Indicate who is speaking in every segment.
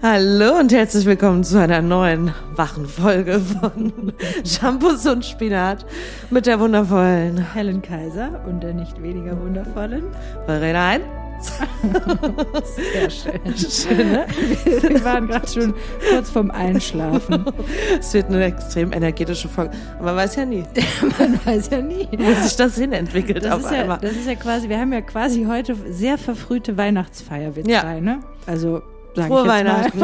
Speaker 1: Hallo und herzlich willkommen zu einer neuen wachen Folge von Shampoos und Spinat mit der wundervollen
Speaker 2: Helen Kaiser und der nicht weniger wundervollen.
Speaker 1: Verena ein.
Speaker 2: Sehr schön. schön ne? Wir waren gerade schon kurz vorm Einschlafen.
Speaker 1: Es wird eine extrem energetische Folge. Aber man weiß ja nie,
Speaker 2: Man weiß ja nie.
Speaker 1: wo sich das hinentwickelt
Speaker 2: Das
Speaker 1: auf
Speaker 2: ist, ja,
Speaker 1: einmal.
Speaker 2: das ist ja quasi, wir haben ja quasi heute sehr verfrühte Weihnachtsfeier, wir
Speaker 1: Ja.
Speaker 2: zwei, ne? Also, sag
Speaker 1: Frohe
Speaker 2: ich jetzt
Speaker 1: Weihnachten.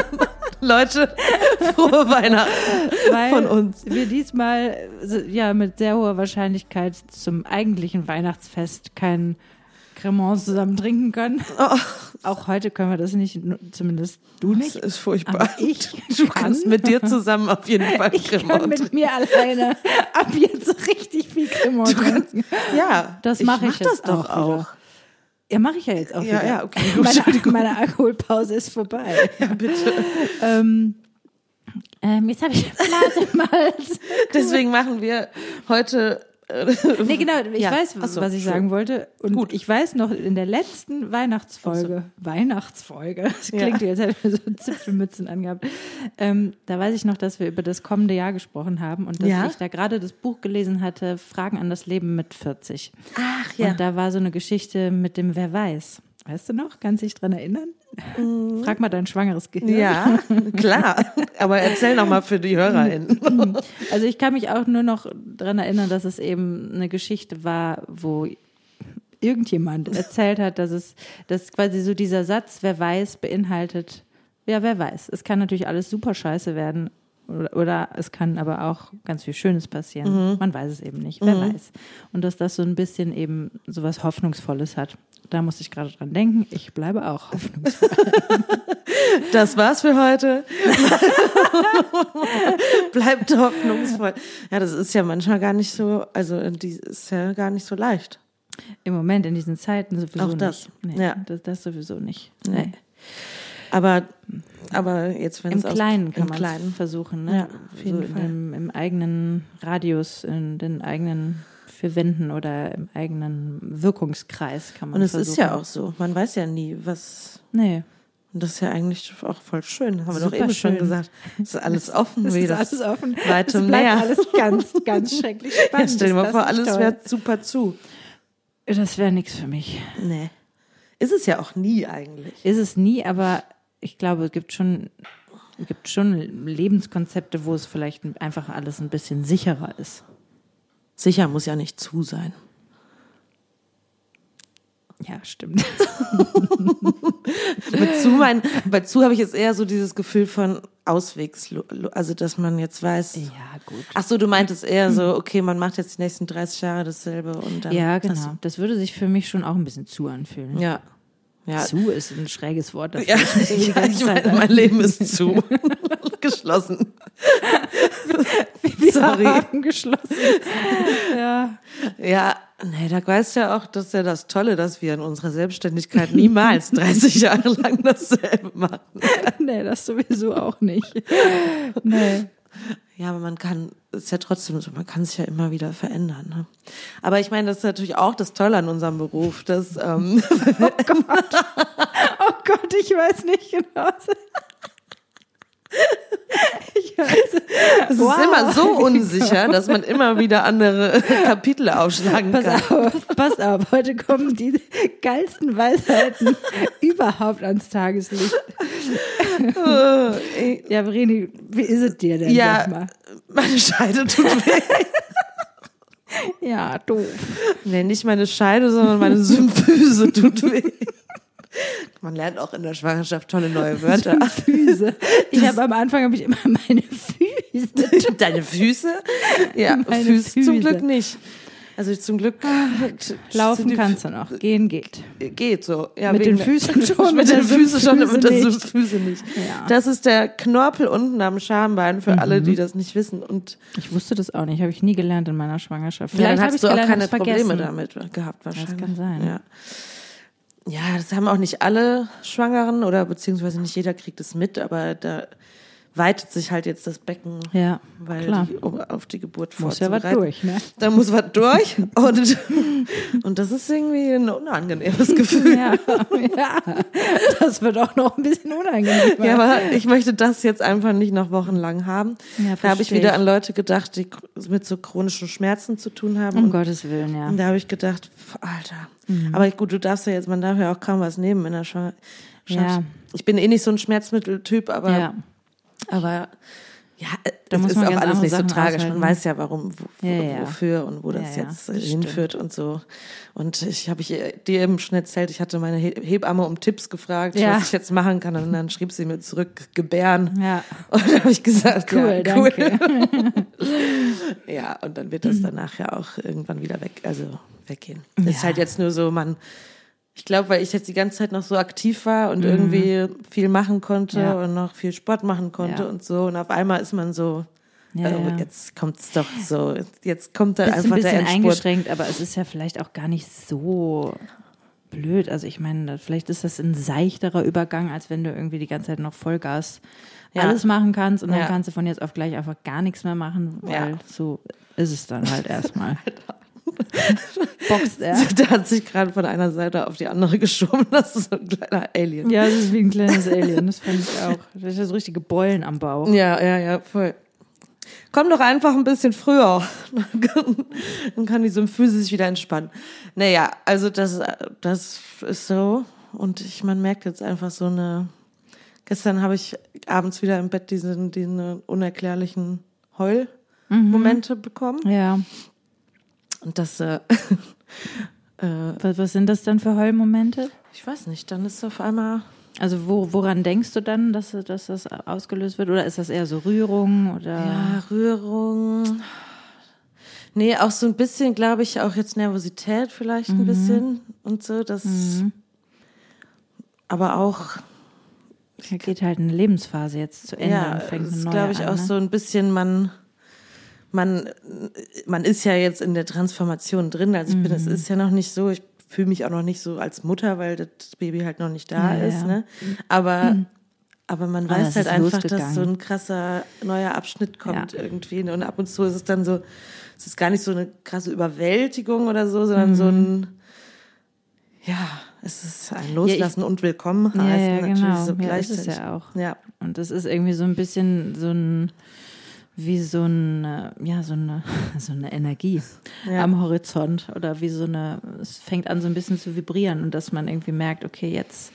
Speaker 1: Leute, frohe Weihnachten
Speaker 2: mal, weil
Speaker 1: von uns.
Speaker 2: wir diesmal so, ja mit sehr hoher Wahrscheinlichkeit zum eigentlichen Weihnachtsfest kein Cremant zusammen trinken können.
Speaker 1: Oh,
Speaker 2: Auch heute können wir das nicht, nu- zumindest du
Speaker 1: das
Speaker 2: nicht.
Speaker 1: ist furchtbar.
Speaker 2: Aber ich
Speaker 1: du
Speaker 2: kann.
Speaker 1: kannst mit dir zusammen auf jeden Fall
Speaker 2: Ich kann
Speaker 1: Cremant
Speaker 2: mit mir alleine ab jetzt richtig viel Cremant trinken.
Speaker 1: Ja,
Speaker 2: Das mache ich,
Speaker 1: mach
Speaker 2: jetzt
Speaker 1: das doch
Speaker 2: auch.
Speaker 1: auch.
Speaker 2: wieder. Ja, mache ich ja jetzt auch
Speaker 1: Ja,
Speaker 2: wieder.
Speaker 1: ja, okay, gut,
Speaker 2: Meine,
Speaker 1: Entschuldigung.
Speaker 2: meine Alkoholpause ist vorbei. Ja, bitte. ähm, ähm, jetzt habe ich Blasemals.
Speaker 1: Deswegen machen wir heute. äh,
Speaker 2: nee, genau, ich
Speaker 1: Ja,
Speaker 2: weiß,
Speaker 1: ach so,
Speaker 2: was ich
Speaker 1: schön.
Speaker 2: sagen wollte. Und
Speaker 1: Gut.
Speaker 2: ich weiß noch, in der letzten Weihnachtsfolge, Weihnachtsfolge, das
Speaker 1: Ja.
Speaker 2: klingt, jetzt hätten wir so Zipfelmützen angehabt, ähm, da weiß ich noch, dass wir über das kommende Jahr gesprochen haben und dass
Speaker 1: Ja.
Speaker 2: ich da gerade das Buch gelesen hatte, Fragen an das Leben mit 40.
Speaker 1: Ach
Speaker 2: Und da war so eine Geschichte mit dem Wer weiß. Weißt du noch? Kannst du dich dran erinnern? Frag mal dein schwangeres Gehirn.
Speaker 1: Ja, ne? klar. Aber erzähl nochmal für die HörerInnen.
Speaker 2: Also ich kann mich auch nur noch dran erinnern, dass es eben eine Geschichte war, wo irgendjemand erzählt hat, dass es, dass quasi so dieser Satz, wer weiß, beinhaltet, ja, wer weiß. Es kann natürlich alles super scheiße werden oder, oder es kann aber auch ganz viel Schönes passieren.
Speaker 1: Mhm.
Speaker 2: Man weiß es eben nicht, wer weiß. Und dass das so ein bisschen eben sowas Hoffnungsvolles hat. Da musste ich gerade dran denken. Ich bleibe auch hoffnungsvoll.
Speaker 1: Das war's für heute. Bleibt hoffnungsvoll. Ja, das ist ja manchmal gar nicht so, also die ist ja gar nicht so leicht.
Speaker 2: Im Moment, in diesen Zeiten sowieso
Speaker 1: Auch das.
Speaker 2: nicht. Nee,
Speaker 1: Ja.
Speaker 2: das, das sowieso nicht. Nee.
Speaker 1: Aber, aber jetzt, wenn
Speaker 2: Im
Speaker 1: es
Speaker 2: Kleinen
Speaker 1: im
Speaker 2: kann man
Speaker 1: Kleinen.
Speaker 2: versuchen, ne?
Speaker 1: Ja, auf jeden
Speaker 2: so in
Speaker 1: Fall.
Speaker 2: dem, im eigenen Radius, in den eigenen vier Wänden oder im eigenen Wirkungskreis kann man
Speaker 1: Und es
Speaker 2: versuchen.
Speaker 1: ist ja auch so. Man weiß ja nie, was.
Speaker 2: Nee,
Speaker 1: Und das ist ja eigentlich auch voll schön. Haben wir doch
Speaker 2: Super
Speaker 1: eben schon
Speaker 2: schön.
Speaker 1: gesagt. Es ist alles offen
Speaker 2: es ist
Speaker 1: wieder.
Speaker 2: alles offen.
Speaker 1: weitem
Speaker 2: es bleibt
Speaker 1: Meer.
Speaker 2: alles ganz, ganz schrecklich
Speaker 1: Ja,
Speaker 2: spannend.
Speaker 1: stell dir
Speaker 2: Ist
Speaker 1: mal
Speaker 2: das
Speaker 1: vor,
Speaker 2: nicht
Speaker 1: alles
Speaker 2: toll?
Speaker 1: wäre super zu.
Speaker 2: Das wäre nichts für mich.
Speaker 1: Nee. Ist es ja auch nie eigentlich.
Speaker 2: Ist es nie, aber ich glaube, es gibt schon, es gibt schon Lebenskonzepte, wo es vielleicht einfach alles ein bisschen sicherer ist.
Speaker 1: Sicher muss ja nicht zu sein.
Speaker 2: Ja, stimmt.
Speaker 1: Bei zu, mein, bei zu habe ich jetzt eher so dieses Gefühl von Auswegs, also dass man jetzt weiß.
Speaker 2: Ja, gut.
Speaker 1: Ach so, du meintest eher so, okay, man macht jetzt die nächsten 30 Jahre dasselbe und dann.
Speaker 2: Ja,
Speaker 1: Ach so.
Speaker 2: genau. Das würde sich für mich schon auch ein bisschen zu anfühlen.
Speaker 1: Ja. Ja.
Speaker 2: Zu ist ein schräges Wort. Dafür.
Speaker 1: Ja, ja, ich meine,
Speaker 2: ne?
Speaker 1: mein Leben ist zu. Geschlossen.
Speaker 2: Wir
Speaker 1: Sorry.
Speaker 2: haben geschlossen. Ja.
Speaker 1: Ja, nee, da weißt du ja auch, das ist ja das Tolle, dass wir in unserer Selbstständigkeit niemals 30 Jahre lang dasselbe machen.
Speaker 2: Nee, das sowieso auch nicht. Nee.
Speaker 1: Ja, aber man kann, ist ja trotzdem so, man kann sich ja immer wieder verändern. Ne? Aber ich meine, das ist natürlich auch das Tolle an unserem Beruf, dass ähm,
Speaker 2: Oh Gott, ich weiß nicht genau. Ich weiß.
Speaker 1: es ist immer so unsicher, dass man immer wieder andere Kapitel aufschlagen
Speaker 2: Pass
Speaker 1: kann.
Speaker 2: auf, pass auf. Heute kommen die geilsten Weisheiten überhaupt ans Tageslicht.
Speaker 1: Äh,
Speaker 2: Ja, Vreni, wie ist es dir denn? Sag
Speaker 1: ja,
Speaker 2: mal?
Speaker 1: meine Scheide tut weh.
Speaker 2: Ja, doof.
Speaker 1: Nee, nicht meine Scheide, sondern meine Symphyse tut weh. Man lernt auch in der Schwangerschaft tolle neue Wörter.
Speaker 2: Füße. Ich habe am Anfang habe ich immer meine Füße.
Speaker 1: Deine Füße? Ja,
Speaker 2: Meine
Speaker 1: Füße, zum
Speaker 2: Füße.
Speaker 1: Glück nicht. Also zum Glück sind
Speaker 2: Laufen
Speaker 1: die
Speaker 2: kannst du noch, gehen geht.
Speaker 1: geht so. Ja,
Speaker 2: Mit
Speaker 1: wegen
Speaker 2: den Füßen
Speaker 1: der,
Speaker 2: schon,
Speaker 1: mit den Füßen schon,
Speaker 2: Symphyse
Speaker 1: mit der
Speaker 2: nicht. Ah.
Speaker 1: Symphyse nicht.
Speaker 2: Ja.
Speaker 1: Das ist der Knorpel unten am Schambein für alle,
Speaker 2: Mhm.
Speaker 1: die das nicht wissen. Und
Speaker 2: Ich wusste das auch nicht, habe ich nie gelernt in meiner Schwangerschaft.
Speaker 1: ja, dann
Speaker 2: habe
Speaker 1: hast du auch keine Probleme
Speaker 2: vergessen.
Speaker 1: damit gehabt wahrscheinlich.
Speaker 2: kann sein.
Speaker 1: Ja. ja, das haben auch nicht alle Schwangeren oder beziehungsweise nicht jeder kriegt es mit, aber da weitet sich halt jetzt das Becken,
Speaker 2: Ja,
Speaker 1: weil
Speaker 2: klar.
Speaker 1: die, um auf die Geburt
Speaker 2: Muss ja was
Speaker 1: vorzubereiten.
Speaker 2: durch, ne?
Speaker 1: Da muss was durch und, und das ist irgendwie ein unangenehmes Gefühl.
Speaker 2: Ja, ja, das wird auch noch ein bisschen unangenehm.
Speaker 1: Ja, aber ich möchte das jetzt einfach nicht noch wochenlang haben.
Speaker 2: Ja,
Speaker 1: da habe ich
Speaker 2: verstehe
Speaker 1: wieder
Speaker 2: ich.
Speaker 1: an Leute gedacht, die mit so chronischen Schmerzen zu tun haben.
Speaker 2: um
Speaker 1: Und
Speaker 2: Gottes Willen, ja.
Speaker 1: Und da habe ich gedacht, pf, Alter.
Speaker 2: Mhm.
Speaker 1: Aber gut, du darfst ja jetzt, man darf ja auch kaum was nehmen in der Schwangerschaft.
Speaker 2: Ja.
Speaker 1: Ich bin eh nicht so ein Schmerzmitteltyp, aber,
Speaker 2: Ja,
Speaker 1: aber ja,
Speaker 2: Da
Speaker 1: das
Speaker 2: muss
Speaker 1: ist
Speaker 2: man
Speaker 1: auch
Speaker 2: ganz
Speaker 1: alles
Speaker 2: andere
Speaker 1: nicht so
Speaker 2: Sachen
Speaker 1: tragisch.
Speaker 2: aushalten.
Speaker 1: Man weiß ja, warum, wo,
Speaker 2: Ja, ja.
Speaker 1: wofür und wo das
Speaker 2: Ja, ja,
Speaker 1: jetzt
Speaker 2: das
Speaker 1: äh,
Speaker 2: stimmt.
Speaker 1: hinführt und so. Und ich habe ich ihr- dir im Schnitt erzählt, ich hatte meine He- Hebamme um Tipps gefragt,
Speaker 2: Ja.
Speaker 1: was ich jetzt machen kann. Und dann schrieb sie mir zurück, gebären.
Speaker 2: ja.
Speaker 1: Und da habe ich gesagt,
Speaker 2: Cool,
Speaker 1: ja, cool.
Speaker 2: danke. Hm.
Speaker 1: Ja, und dann wird das danach ja auch irgendwann wieder weg, also weggehen. Ist halt jetzt nur so, man, ich glaube, weil ich jetzt die ganze Zeit noch so aktiv war und irgendwie viel machen konnte
Speaker 2: Mhm. Ja.
Speaker 1: und noch viel Sport machen konnte
Speaker 2: Ja.
Speaker 1: und so. Und auf einmal ist man so,
Speaker 2: Ja,
Speaker 1: oh,
Speaker 2: ja.
Speaker 1: jetzt kommt's doch so, jetzt kommt dann
Speaker 2: Bist ein
Speaker 1: Äh, einfach der
Speaker 2: bisschen
Speaker 1: Endspurt.
Speaker 2: eingeschränkt, aber es ist ja vielleicht auch gar nicht so blöd. Also ich meine, da- vielleicht ist das ein seichterer Übergang, als wenn du irgendwie die ganze Zeit noch Vollgas
Speaker 1: Ja.
Speaker 2: alles machen kannst und dann
Speaker 1: Ja.
Speaker 2: kannst du von jetzt auf gleich einfach gar nichts mehr machen, weil
Speaker 1: Ja.
Speaker 2: so ist es dann halt erstmal. Boxt er.
Speaker 1: Da hat sich gerade von einer Seite auf die andere geschoben. Das ist so ein kleiner Alien.
Speaker 2: Ja, es ist wie ein kleines Alien, das fand ich auch. Das ist so richtige Beulen am Bauch.
Speaker 1: Ja, ja, ja, voll. Komm doch einfach ein bisschen früher. Dann kann die Symphyse sich wieder entspannen. Naja, also das, das ist so. Und ich, man merkt jetzt einfach so eine. Gestern habe ich abends wieder im Bett diesen, diesen unerklärlichen Heul-Momente bekommen.
Speaker 2: Ja,
Speaker 1: Und das, äh,
Speaker 2: was, was sind das dann für Heulmomente?
Speaker 1: ich weiß nicht, dann ist auf einmal.
Speaker 2: Also wo, woran denkst du dann, dass, dass das ausgelöst wird? Oder ist das eher so Rührung oder?
Speaker 1: Ja, Rührung. Nee, auch so ein bisschen, glaube ich, auch jetzt Nervosität vielleicht ein bisschen und so. Das, aber auch,
Speaker 2: Da geht halt eine Lebensphase jetzt zu Ende
Speaker 1: ja,
Speaker 2: und fängt eine
Speaker 1: ist,
Speaker 2: neue
Speaker 1: glaube ich,
Speaker 2: an.
Speaker 1: auch
Speaker 2: ne?
Speaker 1: so ein bisschen, man, man, man ist ja jetzt in der Transformation drin. Also ich bin,
Speaker 2: Mhm.
Speaker 1: es ist ja noch nicht so, ich fühle mich auch noch nicht so als Mutter, weil das Baby halt noch nicht da
Speaker 2: Ja, ja. Mhm.
Speaker 1: ist. Ne? Aber, aber man
Speaker 2: Aber
Speaker 1: weiß
Speaker 2: es
Speaker 1: halt
Speaker 2: ist
Speaker 1: einfach, dass
Speaker 2: losgegangen.
Speaker 1: so ein krasser neuer Abschnitt kommt
Speaker 2: Ja.
Speaker 1: irgendwie. ne? Und ab und zu ist es dann so, es ist gar nicht so eine krasse Überwältigung oder so, sondern
Speaker 2: Mhm.
Speaker 1: so ein, ja, es ist ein Loslassen und Willkommen heißen
Speaker 2: Ja, ja,
Speaker 1: natürlich
Speaker 2: genau.
Speaker 1: so
Speaker 2: Ja, ist
Speaker 1: gleichzeitig.
Speaker 2: es ja auch.
Speaker 1: ja.
Speaker 2: Und das ist irgendwie so ein bisschen so ein wie so ein äh, ja so eine so eine Energie
Speaker 1: Ja.
Speaker 2: am Horizont oder wie so eine es fängt an so ein bisschen zu vibrieren und dass man irgendwie merkt, okay, jetzt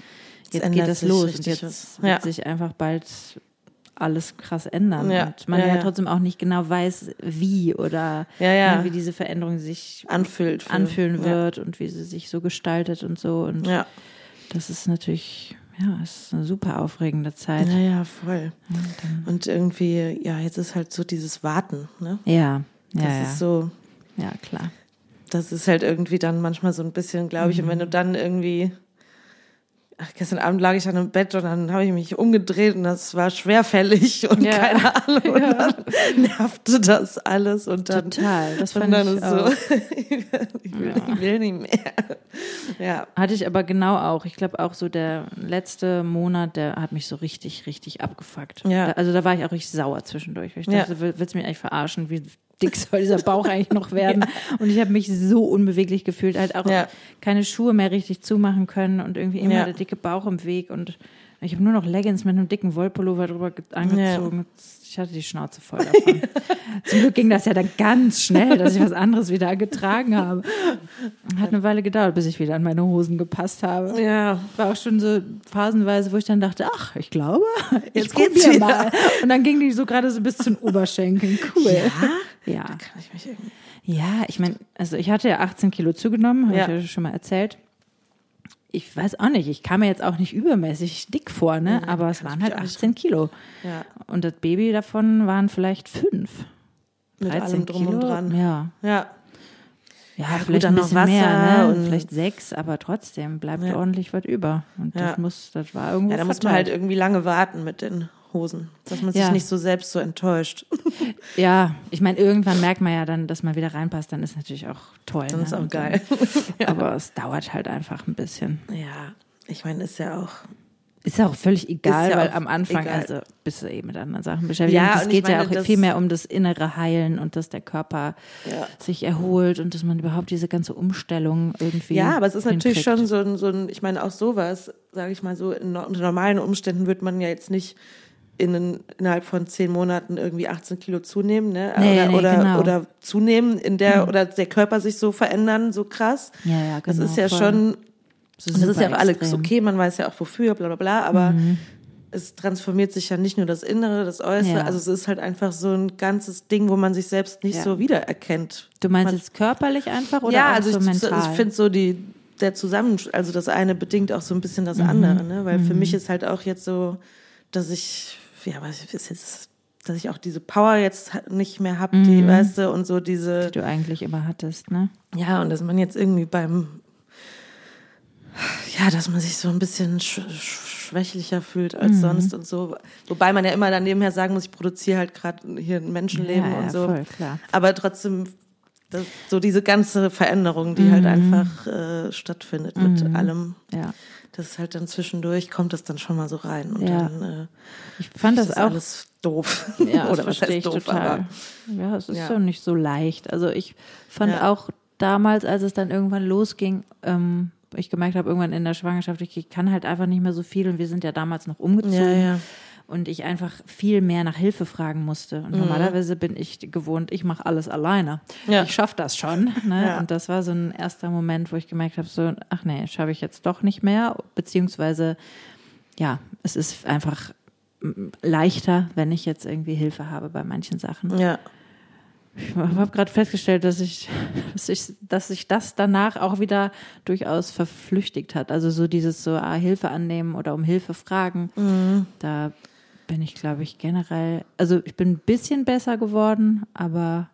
Speaker 2: jetzt
Speaker 1: ändert
Speaker 2: geht das
Speaker 1: sich
Speaker 2: los und
Speaker 1: richtig
Speaker 2: jetzt
Speaker 1: was.
Speaker 2: wird
Speaker 1: Ja.
Speaker 2: sich einfach bald alles krass ändern
Speaker 1: Ja.
Speaker 2: und man
Speaker 1: Ja,
Speaker 2: ja,
Speaker 1: ja.
Speaker 2: trotzdem auch nicht genau weiß, wie oder
Speaker 1: Ja, ja.
Speaker 2: ne, wie diese Veränderung sich
Speaker 1: anfühlt. für-
Speaker 2: anfühlen wird und wie sie sich so gestaltet und so. Und
Speaker 1: Ja.
Speaker 2: das ist natürlich, ja, es ist eine super aufregende
Speaker 1: ja.
Speaker 2: Zeit.
Speaker 1: Naja, voll. Und irgendwie, ja, jetzt ist halt so dieses Warten, ne?
Speaker 2: Ja,
Speaker 1: Das
Speaker 2: ja, ja.
Speaker 1: ist so,
Speaker 2: ja klar.
Speaker 1: das ist halt irgendwie dann manchmal so ein bisschen, glaube ich, und
Speaker 2: Mhm.
Speaker 1: wenn du dann irgendwie. Ach, gestern Abend lag ich dann im Bett und dann habe ich mich umgedreht und das war schwerfällig und
Speaker 2: Ja.
Speaker 1: keine Ahnung. Und dann nervte das alles und dann,
Speaker 2: Total, das
Speaker 1: und
Speaker 2: fand
Speaker 1: dann
Speaker 2: ich
Speaker 1: ist
Speaker 2: auch.
Speaker 1: so, ich, will, ich will nicht mehr. Ja,
Speaker 2: Hatte ich aber genau auch. Ich glaube auch so der letzte Monat, der hat mich so richtig, richtig abgefuckt.
Speaker 1: Ja.
Speaker 2: Da, also da war ich auch richtig sauer zwischendurch. weil Ich
Speaker 1: Ja.
Speaker 2: dachte, will- willst du mich eigentlich verarschen? Wie dick soll dieser Bauch eigentlich noch werden? Und ich habe mich so unbeweglich gefühlt, halt auch
Speaker 1: Ja.
Speaker 2: keine Schuhe mehr richtig zumachen können und irgendwie immer
Speaker 1: Ja.
Speaker 2: der dicke Bauch im Weg und ich habe nur noch Leggings mit einem dicken Wollpullover drüber ge- angezogen. Ich hatte die Schnauze voll davon. Zum Glück ging das ja dann ganz schnell, dass ich was anderes wieder getragen habe. Hat eine Weile gedauert, bis ich wieder an meine Hosen gepasst habe.
Speaker 1: ja.
Speaker 2: War auch schon so phasenweise, wo ich dann dachte, ach, ich glaube, ich
Speaker 1: Jetzt geht's
Speaker 2: probier
Speaker 1: wieder.
Speaker 2: mal. Und dann ging die so gerade so bis zum Oberschenkel. Cool. Ja.
Speaker 1: Kann ich mich irgendwie.
Speaker 2: Ja, ich meine, also ich hatte ja 18 Kilo zugenommen, habe
Speaker 1: Ja.
Speaker 2: ich ja schon mal erzählt. Ich weiß auch nicht, ich kam mir jetzt auch nicht übermäßig dick vor, ne? aber es waren
Speaker 1: mich
Speaker 2: halt
Speaker 1: auch nicht
Speaker 2: 18 Kilo.
Speaker 1: Ja,
Speaker 2: Und das Baby davon waren vielleicht fünf.
Speaker 1: mit
Speaker 2: 13
Speaker 1: allem drum
Speaker 2: Kilo,
Speaker 1: und dran.
Speaker 2: Ja.
Speaker 1: Ja,
Speaker 2: Ja,
Speaker 1: Ja, gut,
Speaker 2: vielleicht
Speaker 1: dann
Speaker 2: ein
Speaker 1: noch
Speaker 2: bisschen
Speaker 1: Wasser
Speaker 2: mehr, ne?
Speaker 1: und-
Speaker 2: Und vielleicht sechs, aber trotzdem bleibt
Speaker 1: Ja.
Speaker 2: ordentlich was über. Und das
Speaker 1: Ja.
Speaker 2: muss, das war irgendwo.
Speaker 1: ja da muss man halt
Speaker 2: verteilt.
Speaker 1: irgendwie lange warten mit den Hosen, dass man sich
Speaker 2: Ja.
Speaker 1: nicht so selbst so enttäuscht.
Speaker 2: Ja, ich meine, irgendwann merkt man ja dann, dass man wieder reinpasst, dann ist natürlich auch toll.
Speaker 1: Dann
Speaker 2: ne?
Speaker 1: ist auch
Speaker 2: Und
Speaker 1: geil.
Speaker 2: Dann, aber es dauert halt einfach ein bisschen.
Speaker 1: Ja, ich meine, ist ja auch.
Speaker 2: Ist Ist ja auch völlig egal,
Speaker 1: Ist ja
Speaker 2: weil
Speaker 1: auch
Speaker 2: am Anfang
Speaker 1: egal.
Speaker 2: also bist du eh mit anderen Sachen beschäftigt.
Speaker 1: Ja,
Speaker 2: Ja, es
Speaker 1: und ich
Speaker 2: geht ja
Speaker 1: meine,
Speaker 2: auch
Speaker 1: das-
Speaker 2: viel mehr um das innere Heilen und dass der Körper
Speaker 1: Ja.
Speaker 2: sich erholt und dass man überhaupt diese ganze Umstellung irgendwie.
Speaker 1: Ja, aber es ist natürlich
Speaker 2: hinkriegt.
Speaker 1: schon so ein, so ein, ich meine, auch sowas, sage ich mal so, in, no- unter normalen Umständen wird man ja jetzt nicht in, den- innerhalb von zehn Monaten irgendwie 18 Kilo zunehmen, ne?
Speaker 2: Nee,
Speaker 1: oder,
Speaker 2: nee,
Speaker 1: oder,
Speaker 2: genau. Hm.
Speaker 1: oder zunehmen, in der, oder der Körper sich so verändern, so krass.
Speaker 2: Ja, ja,
Speaker 1: Das
Speaker 2: genau,
Speaker 1: ist ja
Speaker 2: voll.
Speaker 1: schon, das ist
Speaker 2: super
Speaker 1: ja auch alles
Speaker 2: extrem. Mhm.
Speaker 1: okay, man weiß ja auch wofür, bla bla bla, aber es transformiert sich ja nicht nur das Innere, das Äußere,
Speaker 2: Ja.
Speaker 1: also es ist halt einfach so ein ganzes Ding, wo man sich selbst nicht
Speaker 2: Ja.
Speaker 1: so wiedererkennt.
Speaker 2: Du meinst jetzt körperlich einfach oder
Speaker 1: ja,
Speaker 2: auch
Speaker 1: also
Speaker 2: so
Speaker 1: ich,
Speaker 2: mental?
Speaker 1: ich finde so die der Zusammen, also das eine bedingt auch so ein bisschen das
Speaker 2: Mhm.
Speaker 1: andere, ne? Weil für mich ist halt auch jetzt so, dass ich, ja, was ist jetzt, dass ich auch diese Power jetzt ha- nicht mehr habe, die,
Speaker 2: Mhm.
Speaker 1: weißt du, und so diese,
Speaker 2: die du eigentlich immer hattest, ne?
Speaker 1: ja, und dass man jetzt irgendwie beim, ja, dass man sich so ein bisschen sch sch schwächlicher fühlt als
Speaker 2: Mhm.
Speaker 1: sonst und so. Wobei man ja immer dann nebenher sagen muss, ich produziere halt gerade hier ein Menschenleben
Speaker 2: Ja,
Speaker 1: und
Speaker 2: ja,
Speaker 1: so.
Speaker 2: voll, klar.
Speaker 1: Aber trotzdem, das, so diese ganze Veränderung, die halt
Speaker 2: Mhm.
Speaker 1: einfach äh, stattfindet mit allem.
Speaker 2: Ja.
Speaker 1: Das ist halt dann zwischendurch, kommt das dann schon mal so rein. Und
Speaker 2: Ja.
Speaker 1: dann äh,
Speaker 2: Ich fand
Speaker 1: das
Speaker 2: das,
Speaker 1: ist
Speaker 2: auch
Speaker 1: alles doof.
Speaker 2: Ja, das
Speaker 1: Oder was
Speaker 2: verstehe
Speaker 1: heißt
Speaker 2: ich
Speaker 1: doof,
Speaker 2: total.
Speaker 1: aber
Speaker 2: Ja, es ist
Speaker 1: Ja.
Speaker 2: ja. nicht so leicht. Also ich fand
Speaker 1: Ja.
Speaker 2: auch damals, als es dann irgendwann losging, ähm, ich gemerkt habe, irgendwann in der Schwangerschaft, ich kann halt einfach nicht mehr so viel und wir sind ja damals noch umgezogen.
Speaker 1: Ja, ja.
Speaker 2: Und ich einfach viel mehr nach Hilfe fragen musste.
Speaker 1: Mhm.
Speaker 2: Und normalerweise bin ich gewohnt, ich mache alles alleine.
Speaker 1: Ja.
Speaker 2: Ich schaffe das schon. Ne?
Speaker 1: Ja.
Speaker 2: Und das war so ein erster Moment, wo ich gemerkt habe, so, ach nee, schaffe ich jetzt doch nicht mehr. Beziehungsweise ja, es ist einfach mm, leichter, wenn ich jetzt irgendwie Hilfe habe bei manchen Sachen.
Speaker 1: ja.
Speaker 2: Ich habe gerade festgestellt, dass ich, dass ich, dass sich das danach auch wieder durchaus verflüchtigt hat. Also so dieses so ah, Hilfe annehmen oder um Hilfe fragen.
Speaker 1: Mhm.
Speaker 2: Da bin ich, glaube ich, generell, also ich bin ein bisschen besser geworden, aber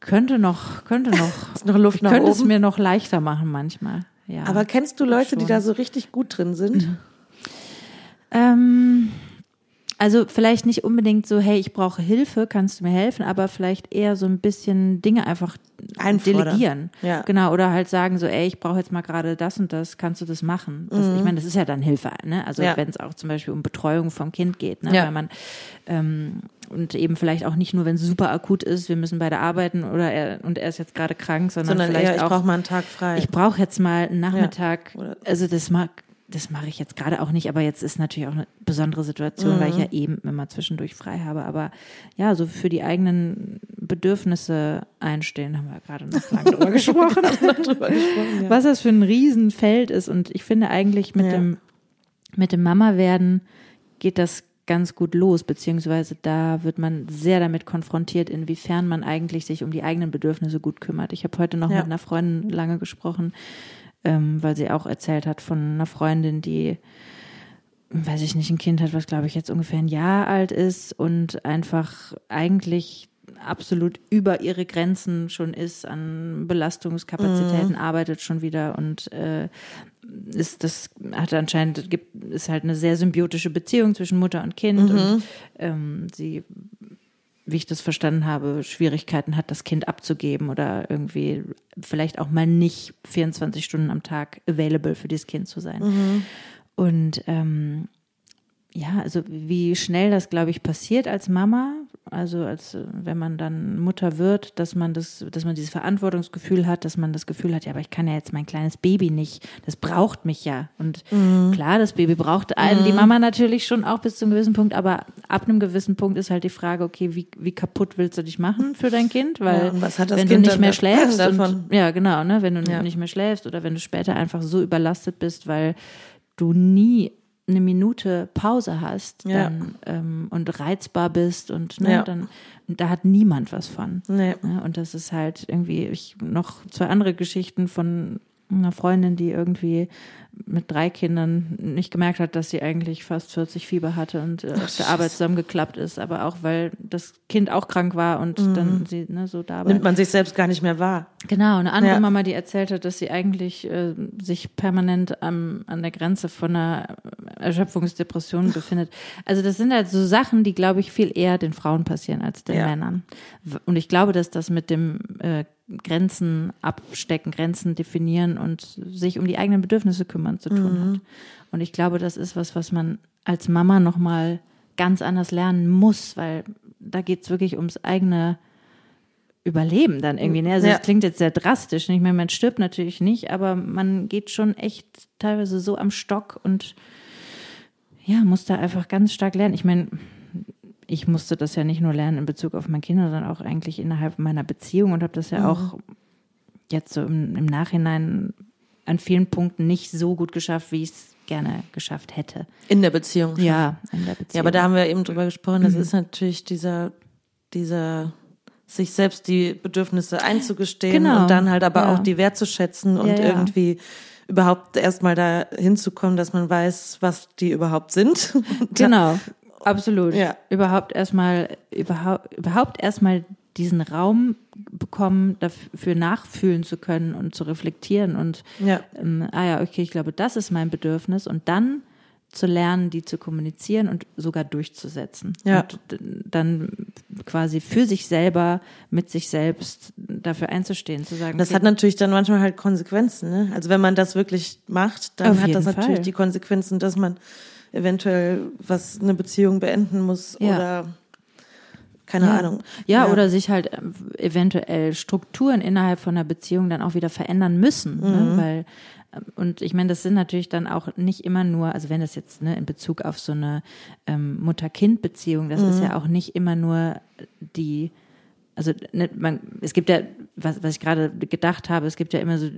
Speaker 2: könnte noch, könnte noch,
Speaker 1: Ist noch Luft
Speaker 2: ich
Speaker 1: nach
Speaker 2: könnte es
Speaker 1: oben.
Speaker 2: mir noch leichter machen manchmal. Ja.
Speaker 1: Aber kennst du Leute, die
Speaker 2: Schon.
Speaker 1: da so richtig gut drin sind?
Speaker 2: Ähm, also vielleicht nicht unbedingt so, hey, ich brauche Hilfe, kannst du mir helfen, aber vielleicht eher so ein bisschen Dinge einfach
Speaker 1: Einfordern.
Speaker 2: delegieren.
Speaker 1: Ja.
Speaker 2: Genau, oder halt sagen so, ey, ich brauche jetzt mal gerade das und das, kannst du das machen? Das, Ich meine, das ist ja dann Hilfe, ne? Also
Speaker 1: Mhm. Ja.
Speaker 2: wenn es auch zum Beispiel um Betreuung vom Kind geht, ne?
Speaker 1: Ja.
Speaker 2: Weil man ähm, und eben vielleicht auch nicht nur, wenn es super akut ist, wir müssen beide arbeiten oder er und er ist jetzt gerade krank, sondern,
Speaker 1: Sondern
Speaker 2: vielleicht
Speaker 1: eher, ich
Speaker 2: auch
Speaker 1: brauche mal einen Tag frei.
Speaker 2: ich brauche jetzt mal einen Nachmittag.
Speaker 1: Oder-
Speaker 2: Also das mag, das mache ich jetzt gerade auch nicht, aber jetzt ist natürlich auch eine besondere Situation, weil ich ja eben immer zwischendurch frei habe. Aber ja, so für die eigenen Bedürfnisse einstehen, haben wir ja gerade noch lange drüber gesprochen.
Speaker 1: drüber gesprochen, ja.
Speaker 2: Was das für ein Riesenfeld ist. Und ich finde eigentlich mit
Speaker 1: Ja.
Speaker 2: dem, mit dem Mama werden geht das ganz gut los, beziehungsweise da wird man sehr damit konfrontiert, inwiefern man eigentlich sich um die eigenen Bedürfnisse gut kümmert. Ich habe heute noch
Speaker 1: Ja.
Speaker 2: mit einer Freundin lange gesprochen, ähm, weil sie auch erzählt hat von einer Freundin, die weiß ich nicht, ein Kind hat, was glaube ich jetzt ungefähr ein Jahr alt ist und einfach eigentlich absolut über ihre Grenzen schon ist an Belastungskapazitäten, arbeitet schon wieder und äh, ist das hat anscheinend gibt ist halt eine sehr symbiotische Beziehung zwischen Mutter und
Speaker 1: Mhm.
Speaker 2: Kind und ähm, sie wie ich das verstanden habe, Schwierigkeiten hat, das Kind abzugeben oder irgendwie vielleicht auch mal nicht 24 Stunden am Tag available für dieses Kind zu sein. Und ähm, ja, also wie schnell das, glaube ich, passiert als Mama, also als äh, wenn man dann Mutter wird, dass man das, dass man dieses Verantwortungsgefühl hat, dass man das Gefühl hat, ja, aber ich kann ja jetzt mein kleines Baby nicht, das braucht mich ja. Und
Speaker 1: Mhm.
Speaker 2: klar, das Baby braucht einen, die Mama natürlich schon auch bis zu einem gewissen Punkt, aber ab einem gewissen Punkt ist halt die Frage, okay, wie, wie kaputt willst du dich machen für dein Kind? Weil
Speaker 1: Ja, und was hat das
Speaker 2: wenn
Speaker 1: Kind
Speaker 2: du nicht
Speaker 1: dann
Speaker 2: mehr
Speaker 1: da-
Speaker 2: schläfst
Speaker 1: davon?
Speaker 2: und ja, genau, ne? Wenn du
Speaker 1: Ja.
Speaker 2: nicht mehr schläfst oder wenn du später einfach so überlastet bist, weil du nie eine Minute Pause hast
Speaker 1: Ja.
Speaker 2: dann, ähm, und reizbar bist und ne,
Speaker 1: Ja.
Speaker 2: dann da hat niemand was von.
Speaker 1: Nee.
Speaker 2: Ne? Und das ist halt irgendwie, ich noch zwei andere Geschichten von einer Freundin, die irgendwie mit drei Kindern nicht gemerkt hat, dass sie eigentlich fast 40 Fieber hatte und äh, auf der Arbeit zusammengeklappt ist, aber auch weil das Kind auch krank war und
Speaker 1: Mhm.
Speaker 2: dann sie ne, so dabei.
Speaker 1: Nimmt man sich selbst gar nicht mehr wahr.
Speaker 2: Genau, eine andere
Speaker 1: Ja.
Speaker 2: Mama, die erzählt hat, dass sie eigentlich äh, sich permanent am, an der Grenze von einer Erschöpfungsdepression befindet. Also das sind halt so Sachen, die, glaube ich, viel eher den Frauen passieren als den
Speaker 1: Ja.
Speaker 2: Männern. W- Und ich glaube, dass das mit dem äh, Grenzen abstecken, Grenzen definieren und sich um die eigenen Bedürfnisse kümmern zu
Speaker 1: Mhm.
Speaker 2: tun hat. Und ich glaube, das ist was, was man als Mama nochmal ganz anders lernen muss, weil da geht es wirklich ums eigene Überleben dann irgendwie. ne? Also
Speaker 1: Ja.
Speaker 2: das klingt jetzt sehr drastisch. ne? Ich meine, man stirbt natürlich nicht, aber man geht schon echt teilweise so am Stock und ja, muss da einfach ganz stark lernen. Ich meine, ich musste das ja nicht nur lernen in Bezug auf meine Kinder, sondern auch eigentlich innerhalb meiner Beziehung und habe das ja auch jetzt so im, im Nachhinein an vielen Punkten nicht so gut geschafft, wie ich es gerne geschafft hätte.
Speaker 1: In der Beziehung.
Speaker 2: Ja, in der Beziehung.
Speaker 1: Ja, aber da haben wir eben drüber gesprochen. Das ist natürlich dieser, dieser, sich selbst die Bedürfnisse einzugestehen
Speaker 2: Genau.
Speaker 1: und dann halt aber
Speaker 2: Ja.
Speaker 1: auch die wertzuschätzen und
Speaker 2: Ja, ja.
Speaker 1: irgendwie überhaupt erstmal da hinzukommen, dass man weiß, was die überhaupt sind. Und dann-
Speaker 2: Genau, absolut.
Speaker 1: Ja.
Speaker 2: Überhaupt erstmal überhaupt, überhaupt erstmal diesen Raum bekommen, dafür nachfühlen zu können und zu reflektieren und
Speaker 1: Ja.
Speaker 2: ähm, ah ja, okay, ich glaube, das ist mein Bedürfnis und dann zu lernen, die zu kommunizieren und sogar durchzusetzen.
Speaker 1: Ja.
Speaker 2: Und d- dann quasi für sich selber, mit sich selbst dafür einzustehen, zu sagen,
Speaker 1: Das
Speaker 2: okay,
Speaker 1: hat natürlich dann manchmal halt Konsequenzen. Ne? Also wenn man das wirklich macht, dann
Speaker 2: Auf
Speaker 1: hat das
Speaker 2: jeden
Speaker 1: natürlich
Speaker 2: Fall.
Speaker 1: die Konsequenzen, dass man eventuell was eine Beziehung beenden muss
Speaker 2: Ja.
Speaker 1: oder keine
Speaker 2: Ja.
Speaker 1: Ahnung.
Speaker 2: Ja, oder sich halt ähm, eventuell Strukturen innerhalb von einer Beziehung dann auch wieder verändern müssen. Ne?
Speaker 1: Mhm.
Speaker 2: Weil, ähm, und ich meine, das sind natürlich dann auch nicht immer nur, also wenn das jetzt ne, in Bezug auf so eine ähm, Mutter-Kind-Beziehung, das
Speaker 1: Mhm.
Speaker 2: ist ja auch nicht immer nur die, also ne, man, es gibt ja, was, was ich gerade gedacht habe, es gibt ja immer so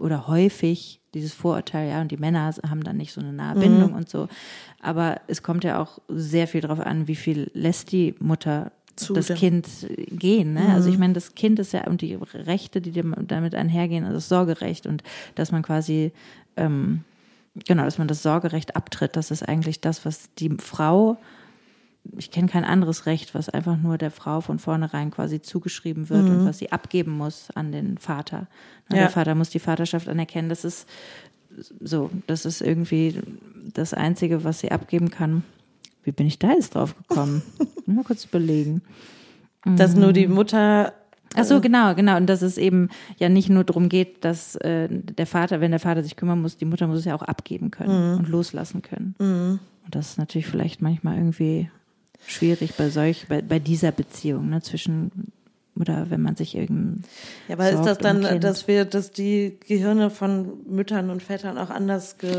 Speaker 2: oder häufig dieses Vorurteil, ja, und die Männer haben dann nicht so eine nahe Bindung und so. Aber es kommt ja auch sehr viel darauf an, wie viel lässt die Mutter
Speaker 1: Zu
Speaker 2: das
Speaker 1: dem-
Speaker 2: Kind gehen. Ne? Also ich meine, das Kind ist ja und die Rechte, die dem- damit einhergehen, also das Sorgerecht und dass man quasi ähm, genau, dass man das Sorgerecht abtritt, das ist eigentlich das, was die Frau ich kenne kein anderes Recht, was einfach nur der Frau von vornherein quasi zugeschrieben wird und was sie abgeben muss an den Vater. Na,
Speaker 1: Ja.
Speaker 2: Der Vater muss die Vaterschaft anerkennen. Das ist so, das ist irgendwie das Einzige, was sie abgeben kann. Wie bin ich da jetzt drauf gekommen? Mal kurz überlegen.
Speaker 1: dass nur
Speaker 2: Mhm.
Speaker 1: die Mutter
Speaker 2: Ach so, genau, genau. Und dass es eben ja nicht nur darum geht, dass äh, der Vater, wenn der Vater sich kümmern muss, die Mutter muss es ja auch abgeben können und loslassen können. Und das ist natürlich vielleicht manchmal irgendwie schwierig bei solch, bei, bei dieser Beziehung, ne, zwischen oder wenn man sich irgendwie.
Speaker 1: Ja, aber ist das
Speaker 2: sorgt um
Speaker 1: dann,
Speaker 2: Kind.
Speaker 1: dass wir, dass die Gehirne von Müttern und Vätern auch anders ge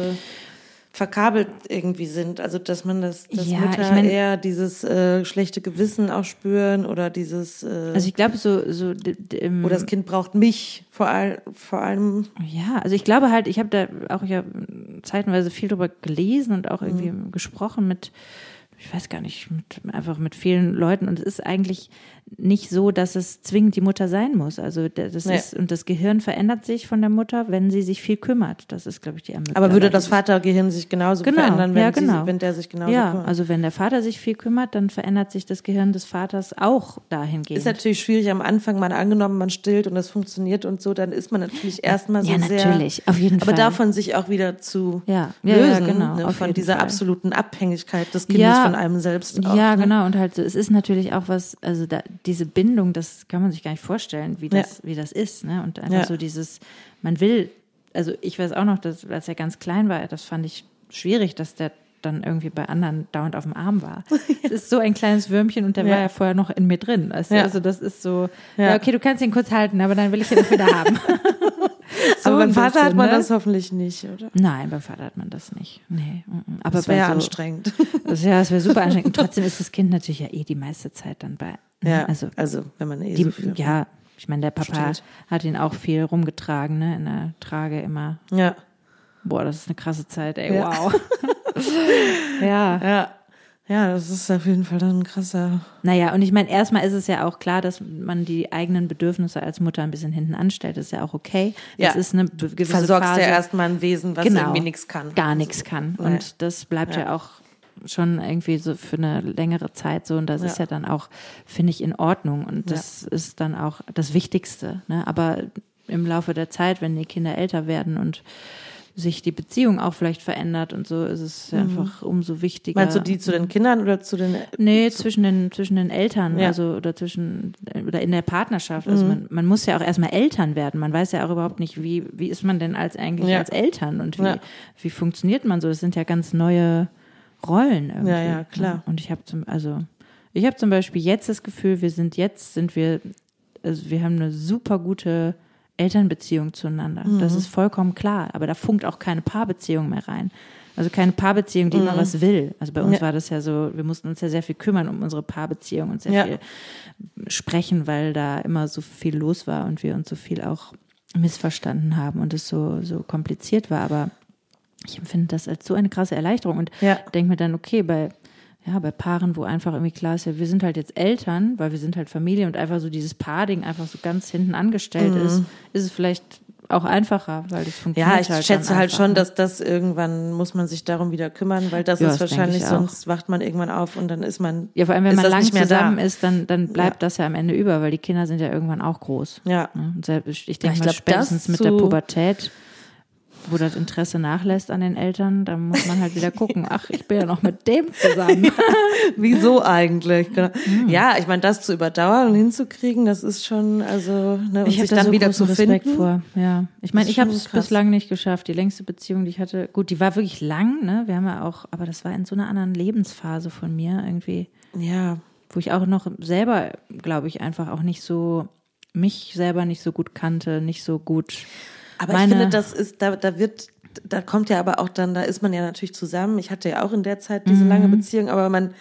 Speaker 1: verkabelt irgendwie sind? Also dass man das, dass
Speaker 2: Ja,
Speaker 1: Mütter
Speaker 2: ich mein-
Speaker 1: eher dieses äh, schlechte Gewissen auch spüren oder dieses äh,
Speaker 2: Also ich glaube, so, so d- d- im-
Speaker 1: oder das Kind braucht mich vor, all, vor allem.
Speaker 2: Ja, also ich glaube halt, ich habe da auch ja zeitenweise viel drüber gelesen und auch irgendwie
Speaker 1: Mhm.
Speaker 2: gesprochen mit, ich weiß gar nicht, mit, einfach mit vielen Leuten. Und es ist eigentlich nicht so, dass es zwingend die Mutter sein muss. Also da- das
Speaker 1: Nee.
Speaker 2: ist, und das Gehirn verändert sich von der Mutter, wenn sie sich viel kümmert. Das ist, glaube ich, die Ermöglichung.
Speaker 1: Aber würde das Vatergehirn sich genauso
Speaker 2: Genau,
Speaker 1: verändern, wenn,
Speaker 2: ja,
Speaker 1: sie-
Speaker 2: genau.
Speaker 1: wenn der sich genauso
Speaker 2: Ja,
Speaker 1: kümmert?
Speaker 2: also wenn der Vater sich viel kümmert, dann verändert sich das Gehirn des Vaters auch dahingehend.
Speaker 1: ist natürlich schwierig am Anfang, mal angenommen, man stillt und das funktioniert und so, dann ist man natürlich erstmal so
Speaker 2: ja,
Speaker 1: sehr
Speaker 2: natürlich, auf jeden
Speaker 1: Aber
Speaker 2: Fall.
Speaker 1: davon sich auch wieder zu
Speaker 2: Ja. Ja, ja,
Speaker 1: lösen,
Speaker 2: genau,
Speaker 1: ne,
Speaker 2: auf
Speaker 1: von
Speaker 2: jeden
Speaker 1: dieser
Speaker 2: Fall.
Speaker 1: absoluten Abhängigkeit des Kindes
Speaker 2: Ja.
Speaker 1: von einem selbst. Auch,
Speaker 2: Ja,
Speaker 1: ne?
Speaker 2: genau. Und halt so, es ist natürlich auch was, also da, diese Bindung, das kann man sich gar nicht vorstellen, wie das, wie das ist. Ne? Und einfach
Speaker 1: Ja.
Speaker 2: so dieses, man will, also ich weiß auch noch, dass, als er ganz klein war, das fand ich schwierig, dass der dann irgendwie bei anderen dauernd auf dem Arm war. Es ist so ein kleines Würmchen und der war
Speaker 1: Ja.
Speaker 2: ja vorher noch in mir drin. Also,
Speaker 1: Ja.
Speaker 2: also das ist so,
Speaker 1: Ja.
Speaker 2: ja. okay, du kannst ihn kurz halten, aber dann will ich ihn auch wieder haben. So
Speaker 1: Aber beim
Speaker 2: ein
Speaker 1: Vater hat
Speaker 2: bisschen,
Speaker 1: man
Speaker 2: ne?
Speaker 1: das hoffentlich nicht, oder?
Speaker 2: Nein, beim Vater hat man das nicht. Nee. mhm. Aber
Speaker 1: Das wäre ja
Speaker 2: bei so,
Speaker 1: anstrengend.
Speaker 2: das, ja, das wäre super anstrengend. Und trotzdem ist das Kind natürlich ja eh die meiste Zeit dann bei. ne?
Speaker 1: Ja,
Speaker 2: Also,
Speaker 1: also, wenn man eh
Speaker 2: die,
Speaker 1: so viel
Speaker 2: ja, ich meine, der Papa
Speaker 1: Stimmt.
Speaker 2: hat ihn auch viel rumgetragen, ne? In der Trage immer.
Speaker 1: ja,
Speaker 2: Boah, das ist eine krasse Zeit, ey,
Speaker 1: Ja.
Speaker 2: wow. ja.
Speaker 1: ja, ja, das ist auf jeden Fall dann ein krasser.
Speaker 2: Naja, und ich meine, erstmal ist es ja auch klar, dass man die eigenen Bedürfnisse als Mutter ein bisschen hinten anstellt. Das ist ja auch okay. Das
Speaker 1: Ja.
Speaker 2: ist eine be- gewisse
Speaker 1: Versorgst
Speaker 2: Phase.
Speaker 1: ja erstmal ein Wesen, was
Speaker 2: Genau.
Speaker 1: irgendwie nichts kann.
Speaker 2: gar nichts kann.
Speaker 1: Nee.
Speaker 2: Und das bleibt ja.
Speaker 1: Ja.
Speaker 2: auch schon irgendwie so für eine längere Zeit so. Und das ist
Speaker 1: Ja.
Speaker 2: ja dann auch, finde ich, in Ordnung. Und das ist dann auch das Wichtigste. Ne? Aber im Laufe der Zeit, wenn die Kinder älter werden und sich die Beziehung auch vielleicht verändert und so ist es einfach umso wichtiger.
Speaker 1: Mhm. Meinst du die zu den Kindern oder zu den.
Speaker 2: Nee, zwischen den, zwischen den Eltern,
Speaker 1: Ja. Mhm.
Speaker 2: also oder zwischen oder in der Partnerschaft. Also man, man muss ja auch erstmal Eltern werden. Man weiß ja auch überhaupt nicht, wie, wie ist man denn als eigentlich
Speaker 1: Ja.
Speaker 2: als Eltern und wie,
Speaker 1: Ja.
Speaker 2: wie funktioniert man so? Das sind ja ganz neue Rollen irgendwie. ne?
Speaker 1: Ja, ja, klar.
Speaker 2: Und ich habe zum, also ich habe zum Beispiel jetzt das Gefühl, wir sind jetzt, sind wir, also wir haben eine super gute Elternbeziehung zueinander. Das
Speaker 1: Mhm.
Speaker 2: ist vollkommen klar. Aber da funkt auch keine Paarbeziehung mehr rein. Also keine Paarbeziehung, die immer was will. Also bei uns
Speaker 1: Mhm. Ja.
Speaker 2: war das ja so, wir mussten uns ja sehr viel kümmern um unsere Paarbeziehung und sehr
Speaker 1: Ja.
Speaker 2: viel sprechen, weil da immer so viel los war und wir uns so viel auch missverstanden haben und es so, so kompliziert war. Aber ich empfinde das als so eine krasse Erleichterung und
Speaker 1: Ja.
Speaker 2: denke mir dann, okay, bei, ja, bei Paaren, wo einfach irgendwie klar ist, ja, wir sind halt jetzt Eltern, weil wir sind halt Familie und einfach so dieses Paar-Ding einfach so ganz hinten angestellt ist, ist es vielleicht auch einfacher, weil das
Speaker 1: Mhm. Ja,
Speaker 2: funktioniert
Speaker 1: ich
Speaker 2: halt
Speaker 1: schätze
Speaker 2: dann
Speaker 1: halt
Speaker 2: einfach,
Speaker 1: schon,
Speaker 2: ne?
Speaker 1: dass das irgendwann muss man sich darum wieder kümmern, weil das
Speaker 2: Ja,
Speaker 1: ist
Speaker 2: das denke
Speaker 1: wahrscheinlich,
Speaker 2: ich auch.
Speaker 1: sonst wacht man irgendwann auf und dann ist man.
Speaker 2: Ja, vor allem, wenn
Speaker 1: ist
Speaker 2: man
Speaker 1: das
Speaker 2: lang
Speaker 1: nicht mehr
Speaker 2: zusammen
Speaker 1: da.
Speaker 2: ist, dann, dann bleibt das ja am Ende über, weil die Kinder sind ja irgendwann auch groß.
Speaker 1: Ja.
Speaker 2: Ne? Und selbst- Ich denke
Speaker 1: ich
Speaker 2: mal,
Speaker 1: glaub, das
Speaker 2: spätestens mit
Speaker 1: zu-
Speaker 2: der Pubertät, wo das Interesse nachlässt an den Eltern, da muss man halt wieder gucken, ach, ich bin ja noch mit dem zusammen.
Speaker 1: Wieso eigentlich? Genau.
Speaker 2: Mhm.
Speaker 1: Ja, ich meine, das zu überdauern und hinzukriegen, das ist schon, also, ne, und
Speaker 2: hab
Speaker 1: sich
Speaker 2: da
Speaker 1: dann
Speaker 2: so
Speaker 1: wieder zu
Speaker 2: großen
Speaker 1: finden.
Speaker 2: vor. Ja, ich meine,
Speaker 1: ist
Speaker 2: ich habe
Speaker 1: schon
Speaker 2: es
Speaker 1: krass.
Speaker 2: bislang nicht geschafft. Die längste Beziehung, die ich hatte, gut, die war wirklich lang, ne? Wir haben ja auch, aber das war in so einer anderen Lebensphase von mir irgendwie,
Speaker 1: Ja,
Speaker 2: wo ich auch noch selber, glaube ich, einfach auch nicht so mich selber nicht so gut kannte, nicht so gut.
Speaker 1: aber
Speaker 2: meine-
Speaker 1: ich finde, das ist, da, da wird, da kommt ja aber auch dann, da ist man ja natürlich zusammen. Ich hatte ja auch in der Zeit diese
Speaker 2: Mhm.
Speaker 1: lange Beziehung, aber man,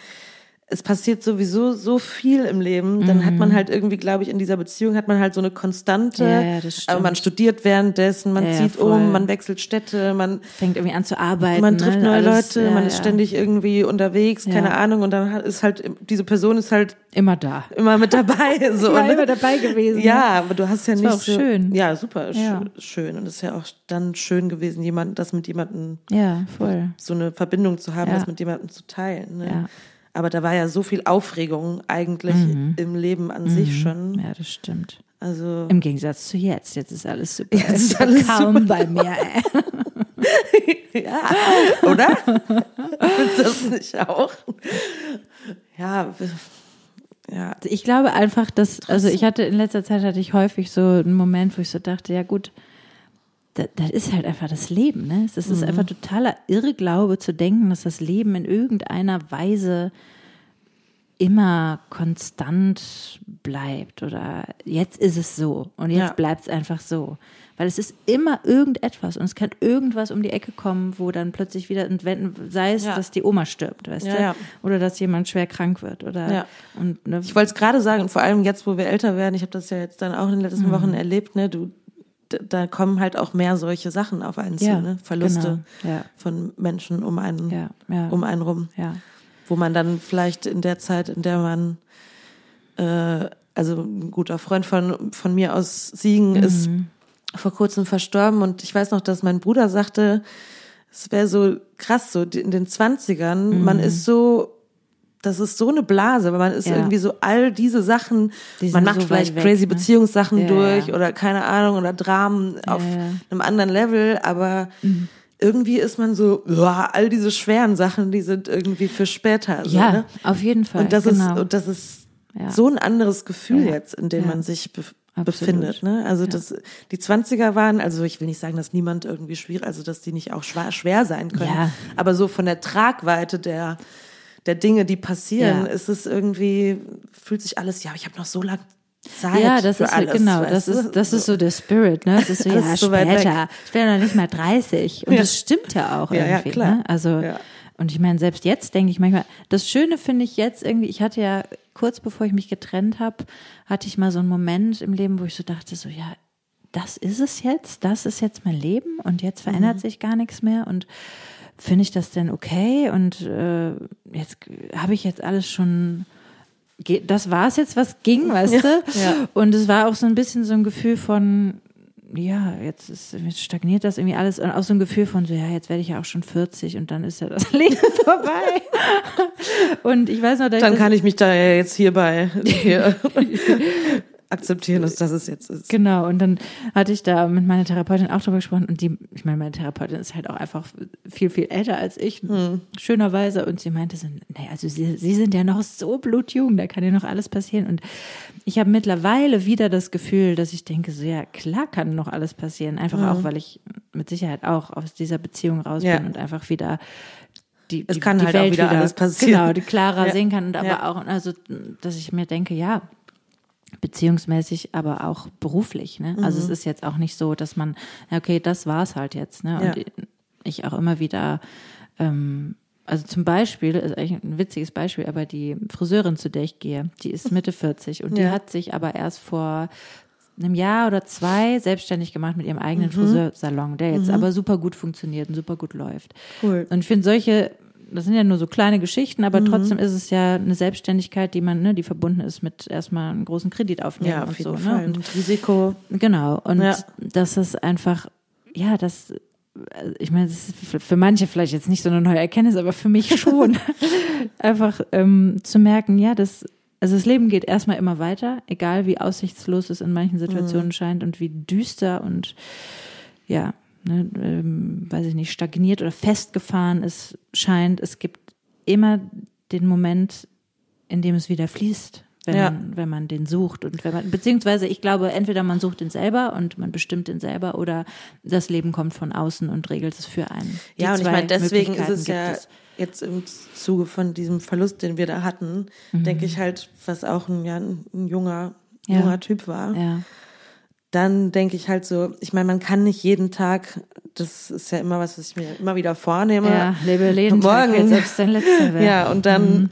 Speaker 1: es passiert sowieso so viel im Leben, dann hat man halt irgendwie, glaube ich, in dieser Beziehung hat man halt so eine Konstante.
Speaker 2: Mhm. Ja, ja, das stimmt.
Speaker 1: aber man studiert währenddessen, man
Speaker 2: Ja, ja,
Speaker 1: zieht
Speaker 2: voll.
Speaker 1: um, man wechselt Städte, man
Speaker 2: fängt irgendwie an zu arbeiten.
Speaker 1: Man trifft
Speaker 2: ne?
Speaker 1: neue
Speaker 2: Alles-
Speaker 1: Leute,
Speaker 2: ja,
Speaker 1: man ist
Speaker 2: ja.
Speaker 1: ständig irgendwie unterwegs, keine
Speaker 2: Ja.
Speaker 1: Ahnung, und dann hat- ist halt, diese Person ist halt
Speaker 2: immer da.
Speaker 1: immer mit dabei. So,
Speaker 2: War
Speaker 1: ne?
Speaker 2: immer dabei gewesen.
Speaker 1: Ja, aber du hast ja nicht
Speaker 2: war auch
Speaker 1: so,
Speaker 2: schön.
Speaker 1: Ja, super sch-
Speaker 2: Ja.
Speaker 1: schön. Und es ist ja auch dann schön gewesen, jemand, das mit jemandem,
Speaker 2: Ja, voll.
Speaker 1: so eine Verbindung zu haben,
Speaker 2: Ja.
Speaker 1: das mit jemandem zu teilen. Ne?
Speaker 2: Ja.
Speaker 1: Aber da war ja so viel Aufregung eigentlich im Leben an sich schon.
Speaker 2: Mhm. Ja, das stimmt.
Speaker 1: Also
Speaker 2: Im Gegensatz zu jetzt. Jetzt ist alles super.
Speaker 1: Jetzt ist alles
Speaker 2: kaum bei mir. Ey.
Speaker 1: Oder? Findest du das nicht auch? Ja, w- ja.
Speaker 2: Ich glaube einfach, dass, also ich hatte in letzter Zeit hatte ich häufig so einen Moment, wo ich so dachte, ja gut, das, das ist halt einfach das Leben, ne? Es ist
Speaker 1: Mhm.
Speaker 2: einfach totaler Irrglaube zu denken, dass das Leben in irgendeiner Weise immer konstant bleibt oder jetzt ist es so und jetzt
Speaker 1: Ja.
Speaker 2: bleibt es einfach so. Weil es ist immer irgendetwas und es kann irgendwas um die Ecke kommen, wo dann plötzlich wieder, und wenn, sei es,
Speaker 1: Ja.
Speaker 2: dass die Oma stirbt, weißt
Speaker 1: Ja,
Speaker 2: du,
Speaker 1: ja.
Speaker 2: oder dass jemand schwer krank wird oder
Speaker 1: Ja.
Speaker 2: und ne,
Speaker 1: Ich wollte es gerade sagen, und vor allem jetzt, wo wir älter werden, ich habe das ja jetzt dann auch in den
Speaker 2: Mhm.
Speaker 1: letzten Wochen erlebt, ne, du, d- da kommen halt auch mehr solche Sachen auf einen
Speaker 2: Ja,
Speaker 1: zu, ne? Verluste
Speaker 2: genau, ja.
Speaker 1: von Menschen um einen,
Speaker 2: Ja, ja.
Speaker 1: um einen rum,
Speaker 2: ja.
Speaker 1: wo man dann vielleicht in der Zeit, in der man, äh, also ein guter Freund von, von mir aus Siegen
Speaker 2: Mhm.
Speaker 1: ist vor kurzem verstorben und ich weiß noch, dass mein Bruder sagte, es wäre so krass, so die- in den 20ern,
Speaker 2: Mhm.
Speaker 1: man ist so, das ist so eine Blase, weil man ist
Speaker 2: Ja.
Speaker 1: irgendwie so all diese Sachen,
Speaker 2: Die
Speaker 1: man
Speaker 2: sind
Speaker 1: macht
Speaker 2: so weit
Speaker 1: vielleicht
Speaker 2: weg,
Speaker 1: crazy
Speaker 2: ne?
Speaker 1: Beziehungssachen
Speaker 2: Ja,
Speaker 1: durch
Speaker 2: ja.
Speaker 1: oder keine Ahnung oder Dramen auf
Speaker 2: ja.
Speaker 1: einem anderen Level, aber irgendwie ist man so, ja, all diese schweren Sachen, die sind irgendwie für später. So,
Speaker 2: ja,
Speaker 1: ne?
Speaker 2: auf jeden Fall.
Speaker 1: Und das
Speaker 2: genau.
Speaker 1: ist, und das ist
Speaker 2: Ja.
Speaker 1: so ein anderes Gefühl
Speaker 2: Ja.
Speaker 1: jetzt, in dem
Speaker 2: Ja.
Speaker 1: man sich bef-
Speaker 2: Absolut.
Speaker 1: befindet. Ne? Also das, die 20er waren, also ich will nicht sagen, dass niemand irgendwie schwierig, also dass die nicht auch schwer, schwer sein können,
Speaker 2: Ja.
Speaker 1: aber so von der Tragweite der der Dinge, die passieren,
Speaker 2: Ja.
Speaker 1: ist es irgendwie fühlt sich alles, ja, ich habe noch so lange Zeit
Speaker 2: ja, das
Speaker 1: für
Speaker 2: ist
Speaker 1: alles,
Speaker 2: genau,
Speaker 1: weißt
Speaker 2: das
Speaker 1: du?
Speaker 2: ist das ist so der Spirit, ne? Das ist so,
Speaker 1: Alles
Speaker 2: ja,
Speaker 1: so weit
Speaker 2: später. Ich bin ja noch nicht mal 30 und
Speaker 1: Ja.
Speaker 2: das stimmt ja auch
Speaker 1: Ja, ja,
Speaker 2: irgendwie,
Speaker 1: klar.
Speaker 2: ne? Also
Speaker 1: Ja.
Speaker 2: und ich meine, selbst jetzt denke ich manchmal, das Schöne finde ich jetzt irgendwie, ich hatte ja kurz bevor ich mich getrennt habe, hatte ich mal so einen Moment im Leben, wo ich so dachte, so ja, das ist es jetzt, das ist jetzt mein Leben und jetzt
Speaker 1: Mhm.
Speaker 2: verändert sich gar nichts mehr und finde ich das denn okay und äh, jetzt habe ich jetzt alles schon ge- das war es jetzt, was ging, weißt du?
Speaker 1: ja.
Speaker 2: Und es war auch so ein bisschen so ein Gefühl von, ja, jetzt, ist, jetzt stagniert das irgendwie alles. Und auch so ein Gefühl von, so, ja, jetzt werde ich ja auch schon 40 und dann ist ja das Leben vorbei. und ich weiß noch, dass
Speaker 1: Dann
Speaker 2: ich das
Speaker 1: kann ich mich da ja jetzt hierbei hier akzeptieren es, dass es jetzt ist.
Speaker 2: Genau, und dann hatte ich da mit meiner Therapeutin auch drüber gesprochen und die, ich meine, meine Therapeutin ist halt auch einfach viel, viel älter als ich,
Speaker 1: Hm.
Speaker 2: schönerweise. Und sie meinte so, naja, also sie, sie sind ja noch so blutjung, da kann ja noch alles passieren. Und ich habe mittlerweile wieder das Gefühl, dass ich denke, so ja, klar kann noch alles passieren. Einfach auch, weil ich mit Sicherheit auch aus dieser Beziehung raus
Speaker 1: Hm. Ja.
Speaker 2: bin und einfach wieder die,
Speaker 1: Es
Speaker 2: die,
Speaker 1: kann
Speaker 2: die
Speaker 1: halt auch
Speaker 2: Welt
Speaker 1: wieder alles passieren.
Speaker 2: Genau, die klarer
Speaker 1: Ja.
Speaker 2: sehen kann und aber
Speaker 1: Ja.
Speaker 2: auch, also, dass ich mir denke, ja, beziehungsmäßig, aber auch beruflich. Ne? Also
Speaker 1: Mhm.
Speaker 2: es ist jetzt auch nicht so, dass man, ja, okay, das war's halt jetzt. Ne? Und
Speaker 1: Ja.
Speaker 2: ich auch immer wieder, ähm, also zum Beispiel, ist eigentlich ein witziges Beispiel, aber die Friseurin, zu der ich gehe, die ist Mitte 40 und die
Speaker 1: Ja.
Speaker 2: hat sich aber erst vor einem Jahr oder zwei selbstständig gemacht mit ihrem
Speaker 1: Mhm.
Speaker 2: eigenen Friseursalon, der jetzt aber super gut funktioniert und super gut läuft.
Speaker 1: Cool.
Speaker 2: Und ich finde solche, das sind ja nur so kleine Geschichten, aber
Speaker 1: Mhm.
Speaker 2: trotzdem ist es ja eine Selbstständigkeit, die man, ne, die verbunden ist mit erstmal einem großen Kredit aufnehmen
Speaker 1: Ja,
Speaker 2: und
Speaker 1: auf
Speaker 2: so.
Speaker 1: jeden
Speaker 2: Ne?
Speaker 1: Fall.
Speaker 2: Und
Speaker 1: Und Risiko.
Speaker 2: Genau, und
Speaker 1: Ja.
Speaker 2: das ist einfach, ja, das, also ich meine, das ist für- für manche vielleicht jetzt nicht so eine neue Erkenntnis, aber für mich schon. einfach ähm, zu merken, ja, das, also das Leben geht erstmal immer weiter, egal wie aussichtslos es in manchen
Speaker 1: Mhm.
Speaker 2: Situationen scheint und wie düster und ja, ne, ähm, weiß ich nicht, stagniert oder festgefahren es scheint. Es gibt immer den Moment, in dem es wieder fließt, wenn,
Speaker 1: Ja.
Speaker 2: man, wenn man den sucht. Und wenn man, beziehungsweise ich glaube, entweder man sucht den selber und man bestimmt den selber oder das Leben kommt von außen und regelt es für einen. Die
Speaker 1: ja, und ich
Speaker 2: zwei
Speaker 1: meine, deswegen ist
Speaker 2: Möglichkeiten
Speaker 1: es
Speaker 2: gibt
Speaker 1: ja
Speaker 2: es.
Speaker 1: jetzt im Zuge von diesem Verlust, den wir da hatten, denke ich halt, was auch ein, ja, ein junger,
Speaker 2: Ja.
Speaker 1: junger Typ war.
Speaker 2: Ja,
Speaker 1: dann denke ich halt so, ich meine, man kann nicht jeden Tag, das ist ja immer was, was ich mir immer wieder vornehme.
Speaker 2: ja lebe jeden Tag,
Speaker 1: Morgen.
Speaker 2: als ob es dein letzter wäre.
Speaker 1: Ja, und dann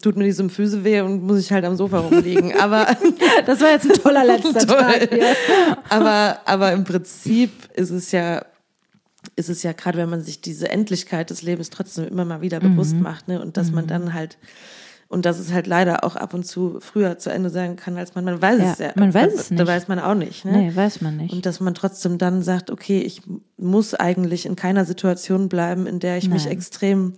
Speaker 1: tut mir die Symphyse weh und muss ich halt am Sofa rumliegen. aber,
Speaker 2: Das war jetzt ein toller letzter
Speaker 1: Toll.
Speaker 2: Tag. hier.
Speaker 1: aber, aber im Prinzip ist es ja, ist es ja gerade, wenn man sich diese Endlichkeit des Lebens trotzdem immer mal wieder
Speaker 2: Mhm.
Speaker 1: bewusst macht, ne? Und dass man dann halt, und dass es halt leider auch ab und zu früher zu Ende sein kann, als man, man weiß
Speaker 2: Ja,
Speaker 1: es ja.
Speaker 2: man weiß es
Speaker 1: Da
Speaker 2: nicht.
Speaker 1: weiß man auch nicht, ne?
Speaker 2: Nee, weiß man nicht.
Speaker 1: Und dass man trotzdem dann sagt, okay, ich muss eigentlich in keiner Situation bleiben, in der ich mich
Speaker 2: Nein.
Speaker 1: extrem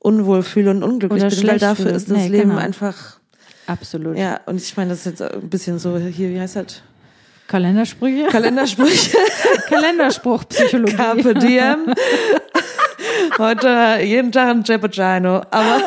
Speaker 1: unwohl fühle und unglücklich
Speaker 2: Oder
Speaker 1: bin, weil
Speaker 2: schlecht
Speaker 1: dafür
Speaker 2: fühle.
Speaker 1: ist das
Speaker 2: Nee,
Speaker 1: Leben
Speaker 2: genau.
Speaker 1: einfach,
Speaker 2: Absolut.
Speaker 1: ja, und ich meine, das ist jetzt ein bisschen so, hier, wie heißt das?
Speaker 2: Kalendersprüche?
Speaker 1: Kalendersprüche,
Speaker 2: Kalenderspruch, Psychologie.
Speaker 1: Carpe Diem. Heute jeden Tag ein Cappuccino, aber,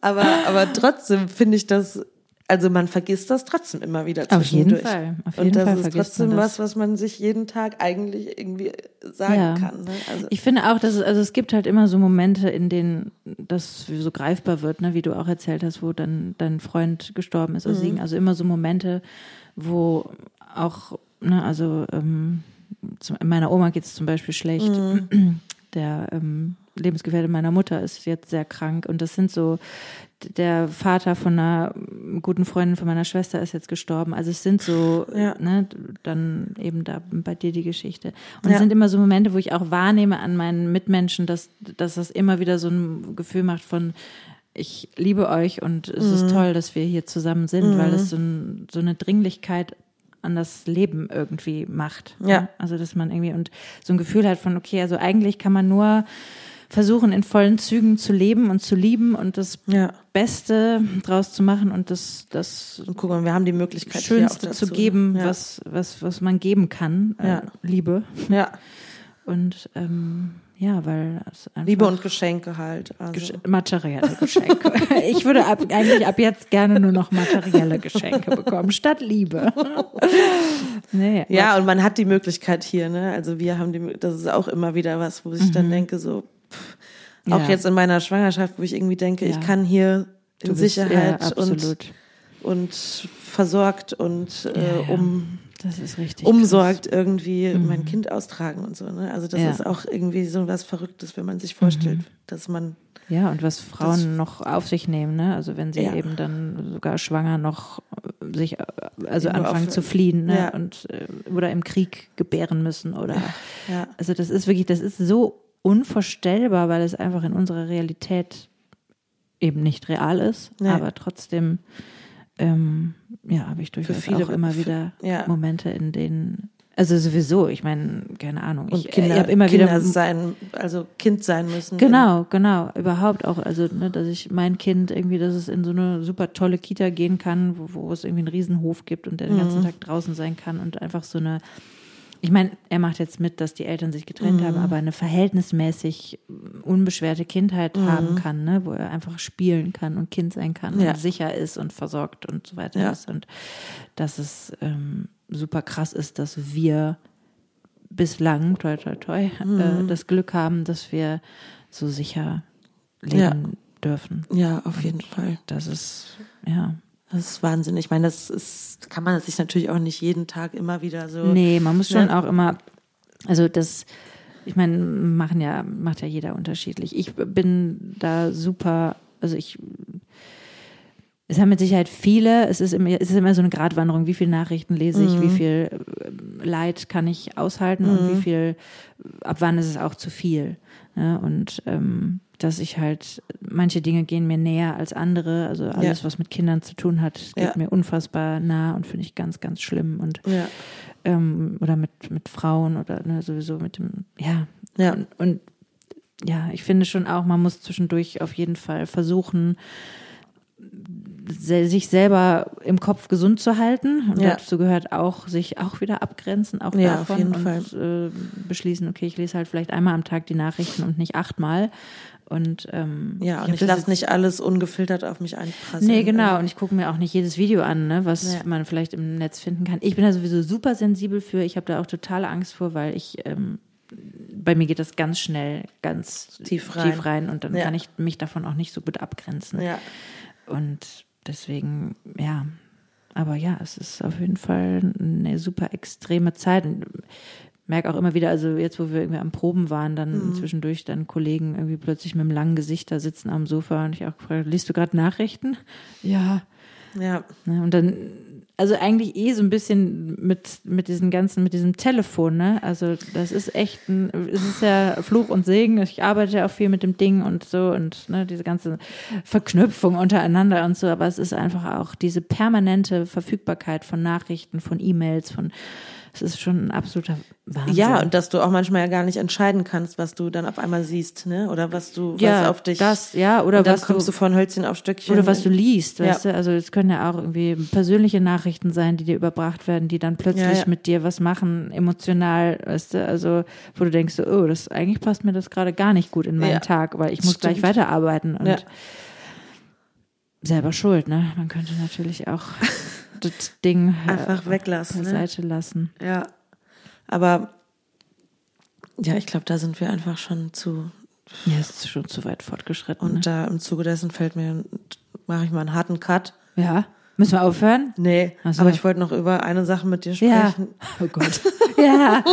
Speaker 1: aber, aber trotzdem finde ich das, also man vergisst das trotzdem immer wieder
Speaker 2: Auf jeden
Speaker 1: zwischendurch.
Speaker 2: Fall. Auf jeden
Speaker 1: Und das
Speaker 2: Fall
Speaker 1: ist
Speaker 2: vergisst
Speaker 1: trotzdem
Speaker 2: man das.
Speaker 1: was, was man sich jeden Tag eigentlich irgendwie sagen
Speaker 2: Ja.
Speaker 1: kann. Ne? Also,
Speaker 2: Ich finde auch, dass es, also es gibt halt immer so Momente, in denen das so greifbar wird, ne, wie du auch erzählt hast, wo dann dein Freund gestorben ist. Mhm. Also immer so Momente, wo auch, ne, also ähm, zum, meiner Oma geht es zum Beispiel schlecht. Der ähm, Lebensgefährte meiner Mutter ist jetzt sehr krank und das sind so, der Vater von einer ähm, guten Freundin von meiner Schwester ist jetzt gestorben. Also es sind so,
Speaker 1: Ja.
Speaker 2: ne, dann eben da bei dir die Geschichte. Und es
Speaker 1: Ja.
Speaker 2: sind immer so Momente, wo ich auch wahrnehme an meinen Mitmenschen, dass, dass das immer wieder so ein Gefühl macht von, ich liebe euch und es
Speaker 1: Mhm.
Speaker 2: ist toll, dass wir hier zusammen sind, weil das so, ein, so eine Dringlichkeit an das Leben irgendwie macht.
Speaker 1: Ja.
Speaker 2: Also, dass man irgendwie und so ein Gefühl hat von, okay, also eigentlich kann man nur versuchen, in vollen Zügen zu leben und zu lieben und das
Speaker 1: Ja.
Speaker 2: Beste draus zu machen und das, das
Speaker 1: Und guck mal, wir haben die Möglichkeit, hier
Speaker 2: Schönste
Speaker 1: auch dazu. ne?
Speaker 2: zu geben,
Speaker 1: ja.
Speaker 2: was, was, was man geben kann. Äh,
Speaker 1: Ja.
Speaker 2: Liebe.
Speaker 1: Ja,
Speaker 2: Und ähm, ja, weil es einfach
Speaker 1: Liebe und Geschenke halt. Also.
Speaker 2: Gesch materielle Geschenke. ich würde ab, eigentlich ab jetzt gerne nur noch materielle Geschenke bekommen, statt Liebe. nee, aber-
Speaker 1: ja, und man hat die Möglichkeit hier, ne? Also wir haben die, Mö- das ist auch immer wieder was, wo ich dann
Speaker 2: Mhm.
Speaker 1: denke, so, pff, auch
Speaker 2: Ja.
Speaker 1: jetzt in meiner Schwangerschaft, wo ich irgendwie denke,
Speaker 2: Ja.
Speaker 1: ich kann hier in
Speaker 2: du bist-
Speaker 1: Sicherheit
Speaker 2: ja,
Speaker 1: und,
Speaker 2: absolut.
Speaker 1: und versorgt und
Speaker 2: Ja,
Speaker 1: äh,
Speaker 2: ja.
Speaker 1: um,
Speaker 2: das ist richtig.
Speaker 1: umsorgt irgendwie mein Kind austragen und so, ne? Also das
Speaker 2: Ja.
Speaker 1: ist auch irgendwie so was Verrücktes, wenn man sich vorstellt, dass man
Speaker 2: krass. Ja, und was Frauen noch auf sich nehmen, ne? Also wenn sie
Speaker 1: Ja.
Speaker 2: eben dann sogar schwanger noch äh, sich äh, also
Speaker 1: Irgendwo
Speaker 2: anfangen
Speaker 1: auf-
Speaker 2: zu fliehen, ne?
Speaker 1: Ja.
Speaker 2: Und äh, oder im Krieg gebären müssen oder
Speaker 1: ja.
Speaker 2: Also das ist wirklich, das ist so unvorstellbar, weil es einfach in unserer Realität eben nicht real ist.
Speaker 1: Nee.
Speaker 2: Aber trotzdem, ähm, ja, habe ich durchaus
Speaker 1: viele-
Speaker 2: auch immer
Speaker 1: für-
Speaker 2: wieder
Speaker 1: ja.
Speaker 2: Momente, in denen, Also sowieso, ich meine, keine Ahnung.
Speaker 1: Und
Speaker 2: ich äh,
Speaker 1: Kinder,
Speaker 2: ich habe immer
Speaker 1: Kinder
Speaker 2: wieder
Speaker 1: sein, also Kind sein müssen.
Speaker 2: Genau, genau. Überhaupt auch, also, ne, dass ich mein Kind irgendwie, dass es in so eine super tolle Kita gehen kann, wo, wo es irgendwie einen Riesenhof gibt und der den
Speaker 1: Mhm.
Speaker 2: ganzen Tag draußen sein kann und einfach so eine. Ich meine, er macht jetzt mit, dass die Eltern sich getrennt haben,
Speaker 1: Mhm.
Speaker 2: aber eine verhältnismäßig unbeschwerte Kindheit
Speaker 1: Mhm.
Speaker 2: haben kann, ne? wo er einfach spielen kann und Kind sein kann
Speaker 1: Ja.
Speaker 2: und sicher ist und versorgt und so weiter
Speaker 1: Ja.
Speaker 2: ist. Und dass es ähm, super krass ist, dass wir bislang, toi, toi, toi,
Speaker 1: Mhm.
Speaker 2: äh, das Glück haben, dass wir so sicher leben
Speaker 1: Ja.
Speaker 2: dürfen.
Speaker 1: Ja, auf jeden Fall.
Speaker 2: Das ist, ja.
Speaker 1: Das ist Wahnsinn. Ich meine, das ist, kann man sich natürlich auch nicht jeden Tag immer wieder so.
Speaker 2: Nee, man muss schon
Speaker 1: Ne?
Speaker 2: auch immer, also das, ich meine, machen ja, macht ja jeder unterschiedlich. Ich bin da super, also ich, es haben mit Sicherheit viele, es ist immer, es ist immer so eine Gratwanderung, wie viel Nachrichten lese ich, wie
Speaker 1: Mhm.
Speaker 2: viel äh, Leid kann ich aushalten und wie viel, ab wann ist es auch zu viel. Ne? Und ähm, dass ich halt, manche Dinge gehen mir näher als andere, also alles, was mit Kindern zu tun hat, geht
Speaker 1: Ja.
Speaker 2: mir unfassbar nah und finde ich ganz, ganz schlimm und
Speaker 1: Ja,
Speaker 2: ähm, oder mit, mit Frauen oder ne, sowieso mit dem, ja.
Speaker 1: ja,
Speaker 2: Und, und ja, ich finde schon auch, man muss zwischendurch auf jeden Fall versuchen, se- sich selber im Kopf gesund zu halten. Und
Speaker 1: Ja.
Speaker 2: dazu gehört auch, sich auch wieder abgrenzen, auch
Speaker 1: Ja, auf
Speaker 2: davon
Speaker 1: jeden
Speaker 2: und Äh, beschließen, okay, ich lese halt vielleicht einmal am Tag die Nachrichten und nicht achtmal. Und ähm,
Speaker 1: ja.
Speaker 2: hab
Speaker 1: Und ich
Speaker 2: das
Speaker 1: lasse
Speaker 2: jetzt-
Speaker 1: nicht alles ungefiltert auf mich einprasseln.
Speaker 2: Nee, genau. Und ich gucke mir auch nicht jedes Video an, ne, was
Speaker 1: ne? Ja.
Speaker 2: man vielleicht im Netz finden kann. Ich bin da sowieso super sensibel für. Ich habe da auch totale Angst vor, weil ich, ähm, bei mir geht das ganz schnell, ganz
Speaker 1: Tief rein.
Speaker 2: und dann
Speaker 1: Ja.
Speaker 2: kann ich mich davon auch nicht so gut abgrenzen.
Speaker 1: Ja,
Speaker 2: Und deswegen, ja. Aber ja, es ist auf jeden Fall eine super extreme Zeit. Und merke auch immer wieder, also jetzt, wo wir irgendwie am Proben waren, dann zwischendurch dann Kollegen irgendwie plötzlich mit einem langen Gesicht da sitzen am Sofa und ich auch gefragt, liest du gerade Nachrichten? Ja.
Speaker 1: ja,
Speaker 2: Ne, und dann, also eigentlich eh so ein bisschen mit, mit diesen ganzen, mit diesem Telefon, ne? Also das ist echt ein, es ist ja Fluch und Segen. Ich arbeite ja auch viel mit dem Ding und so und ne, diese ganze Verknüpfung untereinander und so, aber es ist einfach auch diese permanente Verfügbarkeit von Nachrichten, von E-Mails, von es ist schon ein absoluter Wahnsinn.
Speaker 1: ja. Und dass du auch manchmal ja gar nicht entscheiden kannst, was du dann auf einmal siehst, ne? Oder was du was
Speaker 2: ja,
Speaker 1: auf dich.
Speaker 2: das, ja, oder
Speaker 1: und dann
Speaker 2: was
Speaker 1: kommst du, von Hölzchen auf Stöckchen.
Speaker 2: Oder was du liest,
Speaker 1: Ja.
Speaker 2: weißt du? Also es können ja auch irgendwie persönliche Nachrichten sein, die dir überbracht werden, die dann plötzlich
Speaker 1: Ja, ja.
Speaker 2: mit dir was machen, emotional, weißt du? Also wo du denkst, so, oh, das eigentlich passt mir das gerade gar nicht gut in meinen
Speaker 1: Ja.
Speaker 2: Tag, weil ich muss
Speaker 1: Stimmt.
Speaker 2: gleich weiterarbeiten und
Speaker 1: Ja.
Speaker 2: selber Schuld, ne? Man könnte natürlich auch das Ding äh,
Speaker 1: Einfach weglassen, ne?
Speaker 2: beiseite lassen.
Speaker 1: Ja. Aber ja, ich glaube, da sind wir einfach schon
Speaker 2: Ne.
Speaker 1: zu.
Speaker 2: Ja, es ist schon zu weit fortgeschritten.
Speaker 1: Und
Speaker 2: ne?
Speaker 1: da im Zuge dessen fällt mir, mache ich mal einen harten Cut.
Speaker 2: Ja, müssen wir aufhören?
Speaker 1: Nee,
Speaker 2: Ach so.
Speaker 1: aber ich wollte noch über eine Sache mit dir
Speaker 2: Ja.
Speaker 1: sprechen.
Speaker 2: Oh Gott. ja.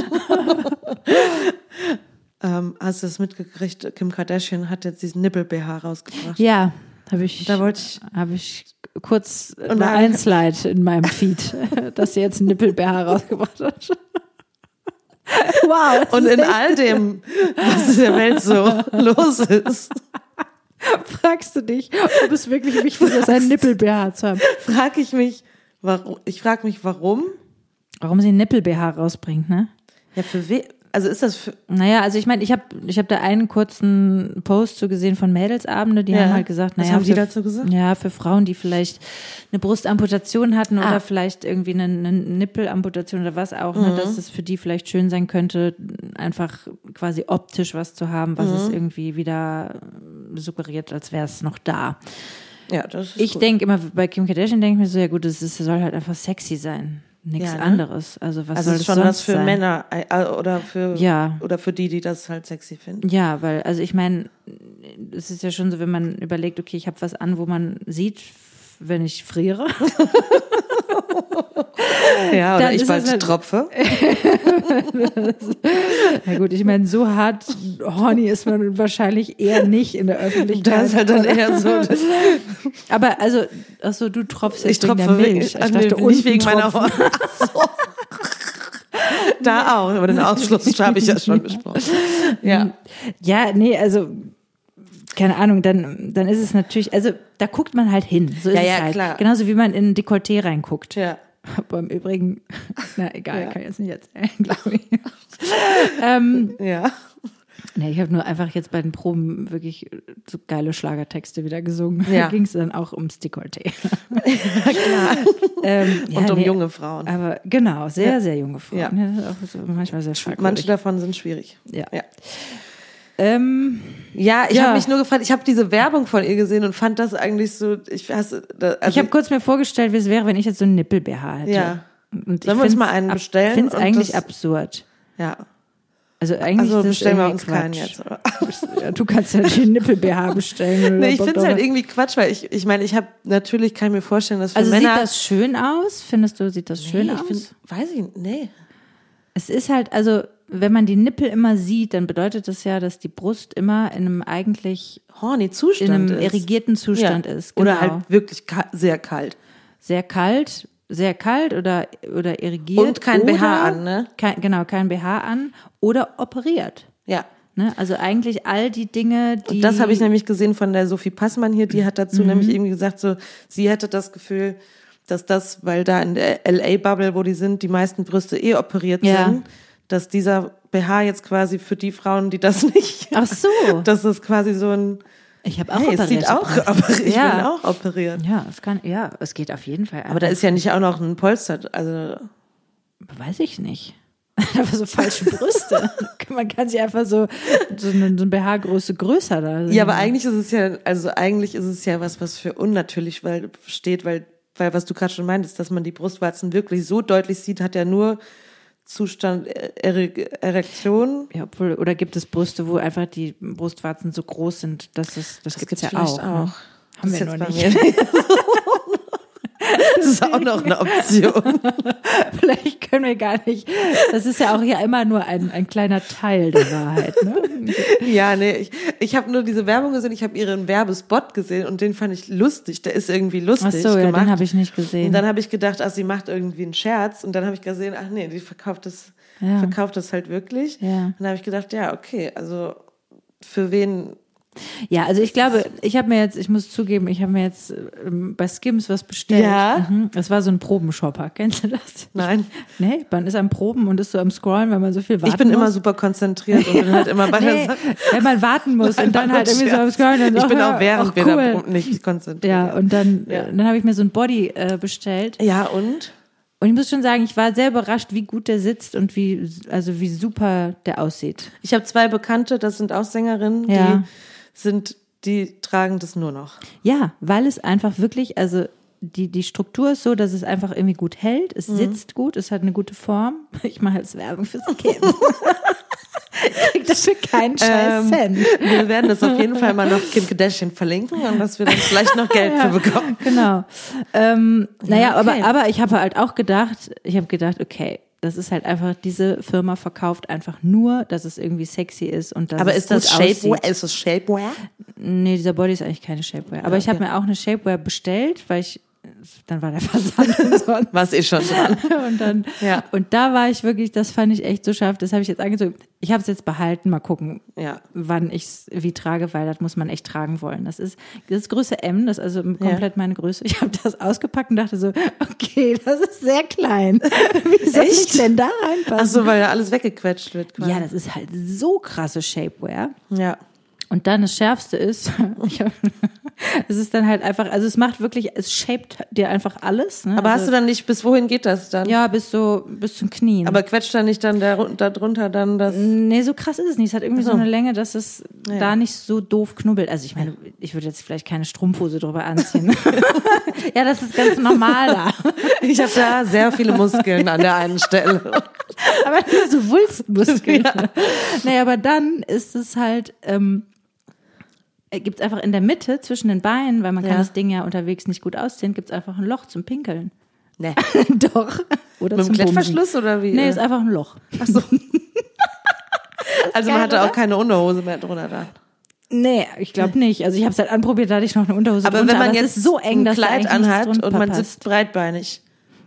Speaker 1: Ähm, hast du es mitgekriegt? Kim Kardashian hat jetzt diesen Nippel-BH rausgebracht.
Speaker 2: Ja, habe ich.
Speaker 1: Da wollte ich-
Speaker 2: Habe ich kurz
Speaker 1: Und
Speaker 2: eine
Speaker 1: da-
Speaker 2: Einslide in meinem Feed, dass sie jetzt einen Nippel-BH rausgebracht hat. Wow.
Speaker 1: Und in all dem, was in der Welt so los ist,
Speaker 2: fragst du dich, ob es wirklich wichtig ist, einen Nippel-BH zu haben.
Speaker 1: frage ich mich, warum, ich frage mich, warum?
Speaker 2: Warum sie einen Nippel-BH rausbringt, ne?
Speaker 1: Ja, für we, also ist das für,
Speaker 2: Naja, also ich meine, ich habe ich hab da einen kurzen Post zu gesehen von Mädelsabende, die
Speaker 1: Ja.
Speaker 2: haben halt gesagt,
Speaker 1: Was
Speaker 2: naja,
Speaker 1: haben die
Speaker 2: für-
Speaker 1: dazu gesagt?
Speaker 2: Ja, für Frauen, die vielleicht eine Brustamputation hatten
Speaker 1: Ah.
Speaker 2: oder vielleicht irgendwie eine, eine Nippelamputation oder was auch,
Speaker 1: Mhm.
Speaker 2: ne, dass es für die vielleicht schön sein könnte, einfach quasi optisch was zu haben, was
Speaker 1: Mhm.
Speaker 2: es irgendwie wieder äh, suggeriert, als wäre es noch da.
Speaker 1: ja, das ist
Speaker 2: Ich
Speaker 1: gut.
Speaker 2: denke immer, bei Kim Kardashian denke ich mir so, ja gut, es ist- es soll halt einfach sexy sein. Nichts
Speaker 1: Ja, ne?
Speaker 2: anderes. Also was
Speaker 1: also es
Speaker 2: soll das
Speaker 1: ist schon
Speaker 2: sonst
Speaker 1: was für
Speaker 2: sein?
Speaker 1: Männer äh, äh, oder für,
Speaker 2: Ja.
Speaker 1: oder für die, die das halt sexy finden.
Speaker 2: Ja, weil, also ich meine, es ist ja schon so, wenn man überlegt, okay, ich habe was an, wo man sieht, f- wenn ich friere.
Speaker 1: Ja, oder
Speaker 2: Dann
Speaker 1: ich
Speaker 2: ist
Speaker 1: bald
Speaker 2: es halt-
Speaker 1: tropfe.
Speaker 2: Na gut, ich meine, so hart horny ist man wahrscheinlich eher nicht in der Öffentlichkeit.
Speaker 1: Da ist halt dann eher so,
Speaker 2: Aber also, ach so, du tropfst
Speaker 1: ich
Speaker 2: jetzt wegen
Speaker 1: tropfe
Speaker 2: der
Speaker 1: wegen,
Speaker 2: Milch.
Speaker 1: ich dachte, nicht wegen meiner Horn. Da auch, über den Ausschluss habe ich ja schon gesprochen. Ja.
Speaker 2: Ja, nee, also keine Ahnung, dann, dann ist es natürlich, also da guckt man halt hin. So ist
Speaker 1: Ja, ja,
Speaker 2: es halt.
Speaker 1: klar.
Speaker 2: Genauso wie man in ein Dekolleté reinguckt.
Speaker 1: Ja.
Speaker 2: Aber im Übrigen, na egal, kann ich jetzt nicht erzählen, glaube ich. ähm,
Speaker 1: Ja.
Speaker 2: nee, ich habe nur einfach jetzt bei den Proben wirklich so geile Schlagertexte wieder gesungen.
Speaker 1: Ja.
Speaker 2: Da ging es dann auch um ums Dekolleté.
Speaker 1: Klar.
Speaker 2: Ähm, ja,
Speaker 1: Und um
Speaker 2: nee,
Speaker 1: junge Frauen.
Speaker 2: Aber genau, sehr, sehr junge Frauen.
Speaker 1: Ja.
Speaker 2: Ja. das ist auch so manchmal sehr schwach.
Speaker 1: Manche davon sind schwierig.
Speaker 2: Ja.
Speaker 1: Ja.
Speaker 2: Ähm,
Speaker 1: Ja, ich
Speaker 2: Ja.
Speaker 1: habe mich nur gefragt, ich habe diese Werbung von ihr gesehen und fand das eigentlich so, ich hasse, da, also,
Speaker 2: ich habe kurz mir vorgestellt, wie es wäre, wenn ich jetzt so einen Nippel-BH hätte.
Speaker 1: Ja.
Speaker 2: Und
Speaker 1: Sollen wir uns mal einen bestellen
Speaker 2: Ich finde es
Speaker 1: und
Speaker 2: eigentlich
Speaker 1: das-
Speaker 2: absurd.
Speaker 1: ja.
Speaker 2: Also eigentlich
Speaker 1: Also
Speaker 2: ist das
Speaker 1: bestellen wir
Speaker 2: irgendwie
Speaker 1: uns keinen
Speaker 2: Quatsch.
Speaker 1: jetzt. Oder?
Speaker 2: Ja, du kannst ja den Nippel-BH bestellen. oder
Speaker 1: Nee, ich
Speaker 2: Bock
Speaker 1: finde es halt
Speaker 2: drauf.
Speaker 1: irgendwie Quatsch, weil ich, ich meine, ich habe, natürlich kann ich mir vorstellen, dass für
Speaker 2: Also sieht
Speaker 1: Männer.
Speaker 2: das schön aus? Findest du, sieht das schön
Speaker 1: nee, ich
Speaker 2: aus?
Speaker 1: find, weiß ich nicht, nee.
Speaker 2: es ist halt, also wenn man die Nippel immer sieht, dann bedeutet das ja, dass die Brust immer in einem eigentlich,
Speaker 1: Horny Zustand
Speaker 2: in einem
Speaker 1: ist.
Speaker 2: irrigierten Zustand
Speaker 1: Ja.
Speaker 2: ist.
Speaker 1: Oder
Speaker 2: genau.
Speaker 1: halt wirklich ka sehr kalt.
Speaker 2: sehr kalt, sehr kalt oder, oder irrigiert.
Speaker 1: Und kein
Speaker 2: oder
Speaker 1: BH an, ne?
Speaker 2: Kein, genau, kein BH an oder operiert.
Speaker 1: Ja.
Speaker 2: Ne? Also eigentlich all die Dinge, die.
Speaker 1: Und das habe ich ne- nämlich gesehen von der Sophie Passmann hier, die hat dazu nämlich eben gesagt, so, sie hätte das Gefühl, dass das, weil da in der LA-Bubble, wo die sind, die meisten Brüste eh operiert
Speaker 2: Ja.
Speaker 1: sind, dass dieser BH jetzt quasi für die Frauen, die das nicht,
Speaker 2: Ach so.
Speaker 1: dass das quasi so ein,
Speaker 2: ich habe auch
Speaker 1: hey,
Speaker 2: operiert.
Speaker 1: es sieht auch, aber ich bin auch operiert.
Speaker 2: Ja, es kann, ja, es geht auf jeden Fall.
Speaker 1: Aber da ist ja nicht auch noch ein Polster, also
Speaker 2: Weiß ich nicht. Einfach so falsche Brüste. Man kann sich einfach so, so eine, so eine BH-Größe größer da.
Speaker 1: Ja, aber eigentlich ist es ja, also eigentlich ist es ja was, was für unnatürlich weil, steht, weil, weil was du gerade schon meintest, dass man die Brustwarzen wirklich so deutlich sieht, hat ja nur Zustand Ere Erektion.
Speaker 2: Ja, obwohl, oder gibt es Brüste, wo einfach die Brustwarzen so groß sind, dass es, das, gibt's ja auch.
Speaker 1: vielleicht
Speaker 2: Ne? Haben
Speaker 1: Das
Speaker 2: wir
Speaker 1: ist
Speaker 2: noch
Speaker 1: jetzt
Speaker 2: nicht.
Speaker 1: bei mir- das ist auch noch eine Option.
Speaker 2: Vielleicht können wir gar nicht. Das ist ja auch ja immer nur ein, ein kleiner Teil der Wahrheit. Ne?
Speaker 1: Ja, nee, ich, ich habe nur diese Werbung gesehen, ich habe ihren Werbespot gesehen und den fand ich lustig. Der ist irgendwie
Speaker 2: Ach
Speaker 1: lustig
Speaker 2: so, ja,
Speaker 1: gemacht.
Speaker 2: den habe ich nicht
Speaker 1: Und
Speaker 2: gesehen.
Speaker 1: dann habe ich gedacht, ach, sie macht irgendwie einen Scherz. Und dann habe ich gesehen, ach nee, die verkauft das,
Speaker 2: Ja.
Speaker 1: verkauft das halt wirklich.
Speaker 2: Ja.
Speaker 1: Und dann habe ich gedacht, ja, okay, also für wen?
Speaker 2: Ja, also ich glaube, ich habe mir jetzt, ich muss zugeben, ich habe mir jetzt ähm, bei Skims was bestellt.
Speaker 1: Ja.
Speaker 2: Mhm. Das war so ein Probenshopper. Kennst du das?
Speaker 1: Nein.
Speaker 2: Nee, man ist am Proben und ist so am Scrollen, weil man so viel warten
Speaker 1: Ich bin
Speaker 2: muss.
Speaker 1: immer super konzentriert und bin halt immer bei der
Speaker 2: nee,
Speaker 1: Sache.
Speaker 2: wenn man warten muss und dann
Speaker 1: Nein,
Speaker 2: halt irgendwie so
Speaker 1: Scherz.
Speaker 2: am Scrollen. Und
Speaker 1: Ich bin
Speaker 2: ach,
Speaker 1: auch während
Speaker 2: ach,
Speaker 1: wir da
Speaker 2: cool.
Speaker 1: proben nicht konzentriert.
Speaker 2: Ja, und dann, äh,
Speaker 1: Ja.
Speaker 2: dann habe ich mir so ein Body äh, bestellt.
Speaker 1: Ja, und?
Speaker 2: Und ich muss schon sagen, ich war sehr überrascht, wie gut der sitzt und wie, also wie super der aussieht.
Speaker 1: Ich habe zwei Bekannte, das sind auch Sängerinnen,
Speaker 2: Ja.
Speaker 1: die sind, die tragen das nur noch.
Speaker 2: Ja, weil es einfach wirklich, also die, die Struktur ist so, dass es einfach irgendwie gut hält, es sitzt gut, es hat eine gute Form. Ich mache jetzt Werbung fürs Kind. ich krieg dafür keinen scheiß Cent.
Speaker 1: Wir werden das auf jeden Fall mal noch Kim Kardashian verlinken und dass wir dann vielleicht noch Geld für bekommen.
Speaker 2: Genau. Ähm, naja,
Speaker 1: Ja, okay.
Speaker 2: aber, aber ich habe halt auch gedacht, ich habe gedacht, okay, das ist halt einfach, diese Firma verkauft einfach nur, dass es irgendwie sexy ist und dass
Speaker 1: Aber
Speaker 2: es
Speaker 1: ist das
Speaker 2: gut
Speaker 1: Shapewear?
Speaker 2: aussieht.
Speaker 1: Ist das Shapewear?
Speaker 2: Nee, dieser Body ist eigentlich keine Shapewear. Aber ich habe mir auch eine Shapewear bestellt, weil ich, dann war der Versand umsonst.
Speaker 1: Was eh schon dran.
Speaker 2: und dann
Speaker 1: Ja.
Speaker 2: und da war ich wirklich, das fand ich echt so scharf, das habe ich jetzt angezogen. Ich habe es jetzt behalten, mal gucken,
Speaker 1: Ja.
Speaker 2: wann ich es wie trage, weil das muss man echt tragen wollen. Das ist das ist Größe M, das ist also komplett meine Größe. Ich habe das ausgepackt und dachte so, okay, das ist sehr klein. Wie soll ich denn da
Speaker 1: Ach
Speaker 2: reinpassen?
Speaker 1: so, Also, weil ja alles weggequetscht wird. Quasi.
Speaker 2: Also ja, das ist halt so krasse Shapewear.
Speaker 1: ja.
Speaker 2: Und dann das Schärfste ist, ich hab, es ist dann halt einfach, also es macht wirklich, es shaped dir einfach alles. Ne?
Speaker 1: Aber
Speaker 2: also,
Speaker 1: hast du dann nicht, bis wohin geht das dann?
Speaker 2: ja, bis so bis zum Knien.
Speaker 1: Aber quetscht da nicht dann darun- darunter dann das?
Speaker 2: Nee, so krass ist es nicht. Es hat irgendwie so,
Speaker 1: so.
Speaker 2: eine Länge, dass es da nicht so doof knubbelt. Also ich meine, ich würde jetzt vielleicht keine Strumpfhose drüber anziehen. ja, das ist ganz normal da.
Speaker 1: Ich habe da sehr viele Muskeln an der einen Stelle.
Speaker 2: Aber nur so Wulstmuskeln. Nee, aber dann ist es halt, ähm, gibt es einfach in der Mitte zwischen den Beinen, weil man
Speaker 1: Ja.
Speaker 2: kann das Ding ja unterwegs nicht gut ausziehen, gibt es einfach ein Loch zum Pinkeln.
Speaker 1: Nee.
Speaker 2: Doch. Oder
Speaker 1: Mit dem
Speaker 2: zum
Speaker 1: Klettverschluss oder wie?
Speaker 2: Bumsen. Nee, ist einfach ein Loch.
Speaker 1: Ach so. also man
Speaker 2: geil,
Speaker 1: hatte auch
Speaker 2: oder?
Speaker 1: keine Unterhose mehr drunter da.
Speaker 2: Nee, ich glaube nicht. Also ich habe es halt anprobiert, da hatte ich noch eine Unterhose
Speaker 1: Aber
Speaker 2: drunter,
Speaker 1: wenn man
Speaker 2: aber es
Speaker 1: jetzt
Speaker 2: ist so eng,
Speaker 1: ein
Speaker 2: dass da
Speaker 1: Kleid
Speaker 2: eigentlich nichts
Speaker 1: anhat
Speaker 2: drunter
Speaker 1: und man
Speaker 2: passt.
Speaker 1: sitzt breitbeinig,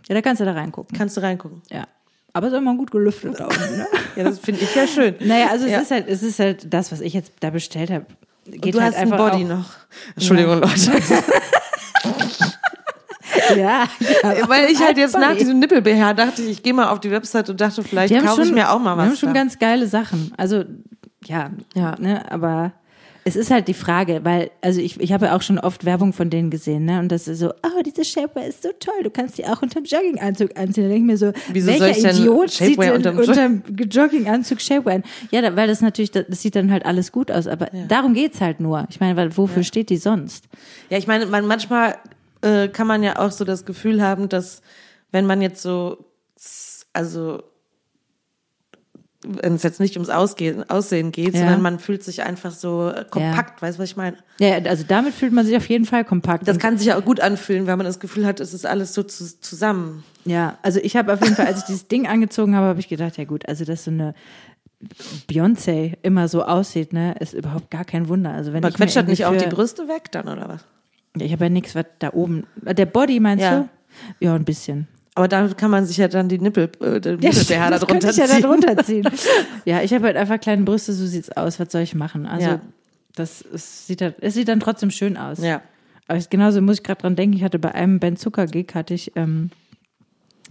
Speaker 2: Ja, da kannst du da reingucken.
Speaker 1: kannst du reingucken.
Speaker 2: Ja. Aber es ist immer gut gelüftet da unten, ne?
Speaker 1: Ja, das finde ich ja schön.
Speaker 2: Naja, also es
Speaker 1: Ja.
Speaker 2: ist halt, es ist halt das, was ich jetzt da bestellt habe. Geht
Speaker 1: du
Speaker 2: halt
Speaker 1: hast ne? einen
Speaker 2: einfach
Speaker 1: Body
Speaker 2: auch,
Speaker 1: noch. Entschuldigung, Leute.
Speaker 2: ja, genau. ja.
Speaker 1: Weil ich halt jetzt nach
Speaker 2: Alpha-Leben.
Speaker 1: diesem Nippelbehaar dachte, ich, ich gehe mal auf die Website und dachte, vielleicht
Speaker 2: Die haben
Speaker 1: kaufe ich
Speaker 2: schon-
Speaker 1: mir auch mal was.
Speaker 2: Wir haben schon
Speaker 1: da.
Speaker 2: ganz geile Sachen. Also, ja,
Speaker 1: Ja.
Speaker 2: ja. Ne, aber es ist halt die Frage, weil, also ich, ich habe ja auch schon oft Werbung von denen gesehen, ne? Und das ist so, oh, diese Shapewear ist so toll, du kannst die auch unterm Jogginganzug anziehen. Da denke ich mir so,
Speaker 1: Wieso soll
Speaker 2: welcher
Speaker 1: ich denn
Speaker 2: Idiot zieht
Speaker 1: Shapewear
Speaker 2: denn
Speaker 1: unterm
Speaker 2: unterm,
Speaker 1: Jog-
Speaker 2: Jogginganzug Shapewear an? Ja, da, weil das natürlich, das, das sieht dann halt alles gut aus, aber darum geht's halt nur. Ich meine, weil, wofür steht die sonst?
Speaker 1: Ja, ich meine, man, manchmal äh, kann man ja auch so das Gefühl haben, dass wenn man jetzt so, s- also wenn es jetzt nicht ums Ausgehen, Aussehen geht,
Speaker 2: Ja.
Speaker 1: sondern man fühlt sich einfach so äh, kompakt, weißt du, was ich meine?
Speaker 2: Ja, also damit fühlt man sich auf jeden Fall kompakt.
Speaker 1: Das
Speaker 2: Und-
Speaker 1: kann sich ja auch gut anfühlen, weil man das Gefühl hat, es ist alles so zu, zusammen.
Speaker 2: Ja, also ich habe auf jeden Fall, als ich dieses Ding angezogen habe, habe ich gedacht, ja gut, also dass so eine Beyoncé immer so aussieht, ne, ist überhaupt gar kein Wunder. Also wenn
Speaker 1: Man
Speaker 2: ich mir
Speaker 1: quetscht halt nicht auch
Speaker 2: irgendwie
Speaker 1: die
Speaker 2: für-
Speaker 1: Brüste weg dann, oder was?
Speaker 2: Ja, Ich habe ja nichts, was da oben. Der Body meinst
Speaker 1: Ja.
Speaker 2: du? Ja, ein bisschen.
Speaker 1: Aber da kann man sich ja dann die Nippel, äh, den Nippel-BH da
Speaker 2: das könnte
Speaker 1: drunter
Speaker 2: ich ja da
Speaker 1: ziehen.
Speaker 2: drunter ziehen. ja, ich habe halt einfach kleine Brüste, so sieht's aus. Was soll ich machen? Also
Speaker 1: Ja.
Speaker 2: das es sieht halt, es sieht dann trotzdem schön aus.
Speaker 1: Ja.
Speaker 2: Aber ich, genauso muss ich gerade dran denken, ich hatte bei einem Ben Zucker Gig hatte ich ähm,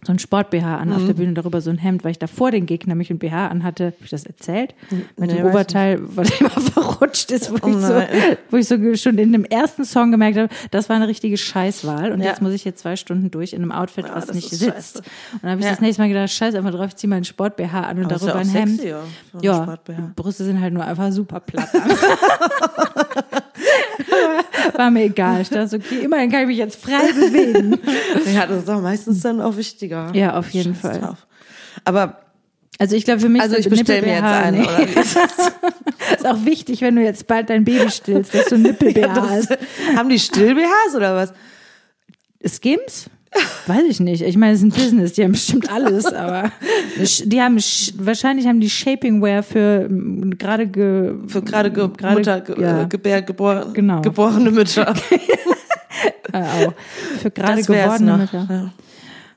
Speaker 2: so ein Sport-BH an
Speaker 1: Mhm.
Speaker 2: auf der Bühne, darüber so ein Hemd, weil ich davor den Gig nämlich ein BH anhatte. Habe ich das erzählt? Mit
Speaker 1: nee,
Speaker 2: dem
Speaker 1: weiß
Speaker 2: Oberteil, was immer verrutscht ist, wo, ich so,
Speaker 1: Oh nein.
Speaker 2: wo ich so ge- schon in dem ersten Song gemerkt habe, das war eine richtige Scheißwahl. Und
Speaker 1: Ja,
Speaker 2: jetzt muss ich hier zwei Stunden durch in einem Outfit,
Speaker 1: Ja,
Speaker 2: was
Speaker 1: das
Speaker 2: nicht
Speaker 1: ist
Speaker 2: sitzt.
Speaker 1: scheiße.
Speaker 2: Und dann habe ich
Speaker 1: Ja.
Speaker 2: das nächste Mal gedacht, scheiß einfach drauf, ich ziehe meinen Sport-BH an und
Speaker 1: Aber ist ja
Speaker 2: darüber
Speaker 1: auch
Speaker 2: ein Hemd.
Speaker 1: sexy, ja, so ein
Speaker 2: ja,
Speaker 1: Sport-BH.
Speaker 2: Brüste sind halt nur einfach super platt. War mir egal. Ich dachte, so, okay, immerhin kann ich mich jetzt frei bewegen.
Speaker 1: Ja, das ist auch meistens dann auch wichtiger.
Speaker 2: Ja, auf jeden
Speaker 1: Scheiß
Speaker 2: Fall.
Speaker 1: drauf. Aber,
Speaker 2: Also ich glaube, für mich
Speaker 1: also
Speaker 2: sind
Speaker 1: ich bestelle mir jetzt
Speaker 2: Nippel-BH,
Speaker 1: einen,
Speaker 2: nee,
Speaker 1: oder wie?
Speaker 2: ist auch wichtig, wenn du jetzt bald dein Baby stillst, dass du Nippel
Speaker 1: Ja,
Speaker 2: BH
Speaker 1: das-
Speaker 2: hast.
Speaker 1: haben die Still-BHs oder was?
Speaker 2: Skims? Weiß ich nicht. Ich meine, es ist ein Business, die haben bestimmt alles, aber die haben sch- wahrscheinlich haben die Shapingware für mm, gerade ge
Speaker 1: Für gerade ge
Speaker 2: Gerade-
Speaker 1: Mutter, ge
Speaker 2: ja.
Speaker 1: äh, gebär, gebor
Speaker 2: Genau.
Speaker 1: geborene Mütter.
Speaker 2: äh, auch, für gerade
Speaker 1: Das wär's
Speaker 2: gewordene
Speaker 1: noch.
Speaker 2: Mütter.
Speaker 1: Ja.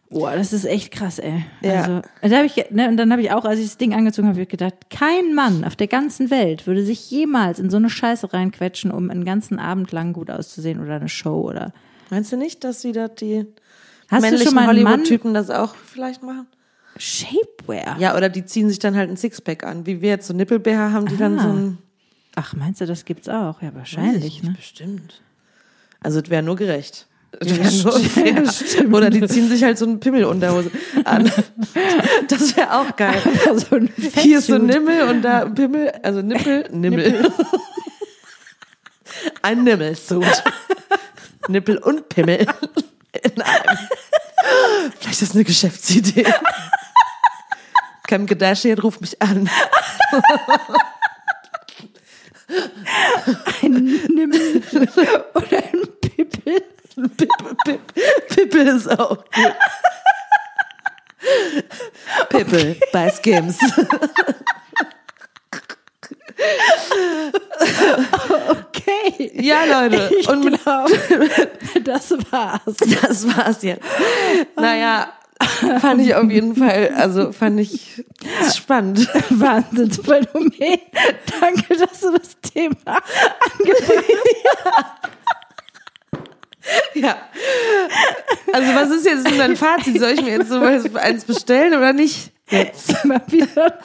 Speaker 2: Boah, das ist echt krass, ey.
Speaker 1: Ja.
Speaker 2: Also, und, da hab ich, ge- ne, und dann habe ich auch, als ich das Ding angezogen habe, hab ich gedacht, kein Mann auf der ganzen Welt würde sich jemals in so eine Scheiße reinquetschen, um einen ganzen Abend lang gut auszusehen oder eine Show oder.
Speaker 1: Meinst du nicht, dass wieder die
Speaker 2: Hast du
Speaker 1: männlichen
Speaker 2: schon mal einen Mann?
Speaker 1: Hollywood-Typen das auch vielleicht machen?
Speaker 2: Shapewear.
Speaker 1: Ja, oder die ziehen sich dann halt ein Sixpack an. Wie wir jetzt so Nippel-BH haben, die dann
Speaker 2: Ah.
Speaker 1: so ein...
Speaker 2: Ach, meinst du, das gibt's auch? Ja, wahrscheinlich, ne?
Speaker 1: Bestimmt. Also es wäre nur gerecht. Es wär nur fair. Oder die ziehen sich halt so einen Pimmelunterhose an. Das wäre auch geil.
Speaker 2: so ein
Speaker 1: Hier ist so ein
Speaker 2: Fatsuit.
Speaker 1: Nimmel und da Pimmel, also Nippel, Nimmel. Ein Nimmelsuit. Nippel und Pimmel in einem. Vielleicht ist das eine Geschäftsidee. Kim Kardashian ruft mich an.
Speaker 2: ein Nimmel oder ein Pippel.
Speaker 1: Pip, Pip, Pippel ist auch gut. Pippel bei Skims.
Speaker 2: Okay.
Speaker 1: Ja, Leute.
Speaker 2: Ich
Speaker 1: Und mit,
Speaker 2: glaube, das war's.
Speaker 1: das war's jetzt. Naja, fand ich auf jeden Fall, also fand ich spannend.
Speaker 2: Wahnsinnsphänomen. Danke, dass du das Thema angefangen hast.
Speaker 1: Ja. Also was ist jetzt nun dein Fazit? Soll ich mir jetzt sowas eins bestellen oder nicht?
Speaker 2: Immer wieder.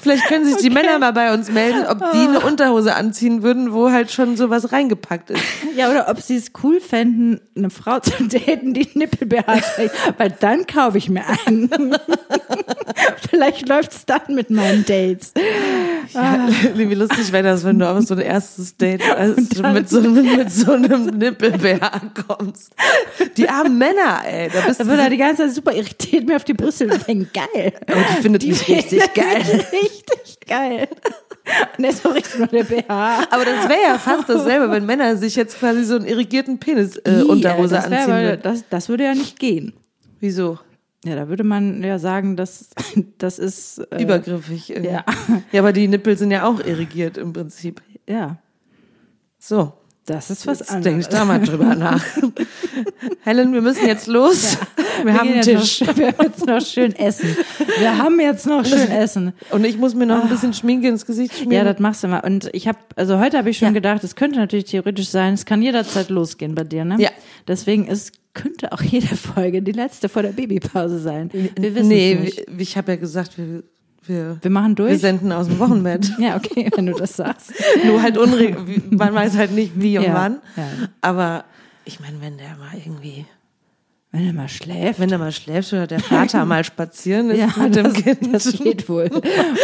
Speaker 1: Vielleicht können sich die Männer mal bei uns melden, ob die eine Unterhose anziehen würden, wo halt schon sowas reingepackt ist.
Speaker 2: Ja, oder ob sie es cool fänden, eine Frau zu daten, die Nippel beherrscht. Weil dann kaufe ich mir einen. Vielleicht läuft's dann mit meinen Dates.
Speaker 1: Ja, wie lustig wäre das, wenn du auf so ein erstes Date hast,
Speaker 2: dann-
Speaker 1: mit so, einem- mit so einem Nippelbär kommst. Die armen Männer, ey. Da bist
Speaker 2: Da
Speaker 1: du,
Speaker 2: wird er die ganze Zeit super irritiert mir auf die Brüste und denkt, geil.
Speaker 1: oh, die findet mich richtig geil.
Speaker 2: richtig geil. Und er ist so richtig nur der BH.
Speaker 1: Aber das wäre ja fast dasselbe, wenn Männer sich jetzt quasi so einen irrigierten Penis äh, Unterhose
Speaker 2: das wär
Speaker 1: anziehen
Speaker 2: aber-
Speaker 1: würden.
Speaker 2: Das, das würde ja nicht gehen.
Speaker 1: Wieso?
Speaker 2: Ja, da würde man ja sagen, das, das ist. Äh,
Speaker 1: Übergriffig. irgendwie.
Speaker 2: Ja.
Speaker 1: ja, aber die Nippel sind ja auch irrigiert im Prinzip.
Speaker 2: Ja.
Speaker 1: So.
Speaker 2: Das ist was
Speaker 1: Jetzt denke
Speaker 2: anderes.
Speaker 1: ich da mal drüber nach. Helen, wir müssen jetzt los. Wir, haben einen
Speaker 2: gehen
Speaker 1: Tisch.
Speaker 2: jetzt Noch, wir haben jetzt noch schön essen. Wir haben jetzt noch schön essen.
Speaker 1: Und ich muss mir noch ein bisschen Schminke ins Gesicht schmieren.
Speaker 2: Ja, das machst du mal. Und ich habe, also heute habe ich schon
Speaker 1: Ja.
Speaker 2: gedacht, es könnte natürlich theoretisch sein, es kann jederzeit losgehen bei dir, ne?
Speaker 1: Ja.
Speaker 2: Deswegen es könnte auch jede Folge die letzte vor der Babypause sein. Wir wissen
Speaker 1: nee,
Speaker 2: es nicht.
Speaker 1: wir- ich habe ja gesagt, wir, wir,
Speaker 2: Wir machen
Speaker 1: wir
Speaker 2: durch.
Speaker 1: senden aus dem Wochenbett.
Speaker 2: ja, okay, wenn du das sagst.
Speaker 1: Nur halt unre wie- man weiß halt nicht wie und
Speaker 2: Ja,
Speaker 1: wann.
Speaker 2: ja.
Speaker 1: Aber ich meine, wenn der mal irgendwie,
Speaker 2: Wenn er mal schläft.
Speaker 1: wenn der mal schläft oder der Vater mal spazieren ist
Speaker 2: Ja,
Speaker 1: mit dem
Speaker 2: das,
Speaker 1: Kind.
Speaker 2: das geht wohl.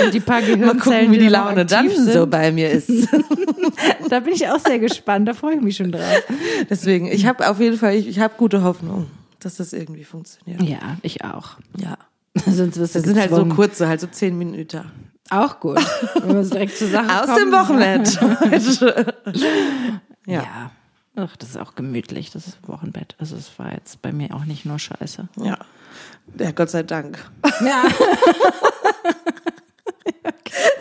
Speaker 2: Und die paar
Speaker 1: Mal
Speaker 2: Gehirnzellen,
Speaker 1: gucken, wie die
Speaker 2: noch
Speaker 1: Laune dann
Speaker 2: aktiv sind,
Speaker 1: so bei mir ist.
Speaker 2: Da bin ich auch sehr gespannt, da freue ich mich schon drauf.
Speaker 1: Deswegen, ich habe auf jeden Fall, ich, ich habe gute Hoffnung, dass das irgendwie funktioniert.
Speaker 2: Ja, ich auch.
Speaker 1: Ja.
Speaker 2: Sonst wirst du
Speaker 1: Das sind halt so
Speaker 2: gezwungen.
Speaker 1: kurze, halt so zehn Minuten.
Speaker 2: Auch gut. Wenn wir es direkt zur Sache
Speaker 1: Aus
Speaker 2: kommen.
Speaker 1: dem Wochenbett. heute.
Speaker 2: Ja.
Speaker 1: Ja.
Speaker 2: Ach, das ist auch gemütlich, das Wochenbett. Also es war jetzt bei mir auch nicht nur Scheiße.
Speaker 1: Ja. Ja, Gott sei Dank.
Speaker 2: Ja.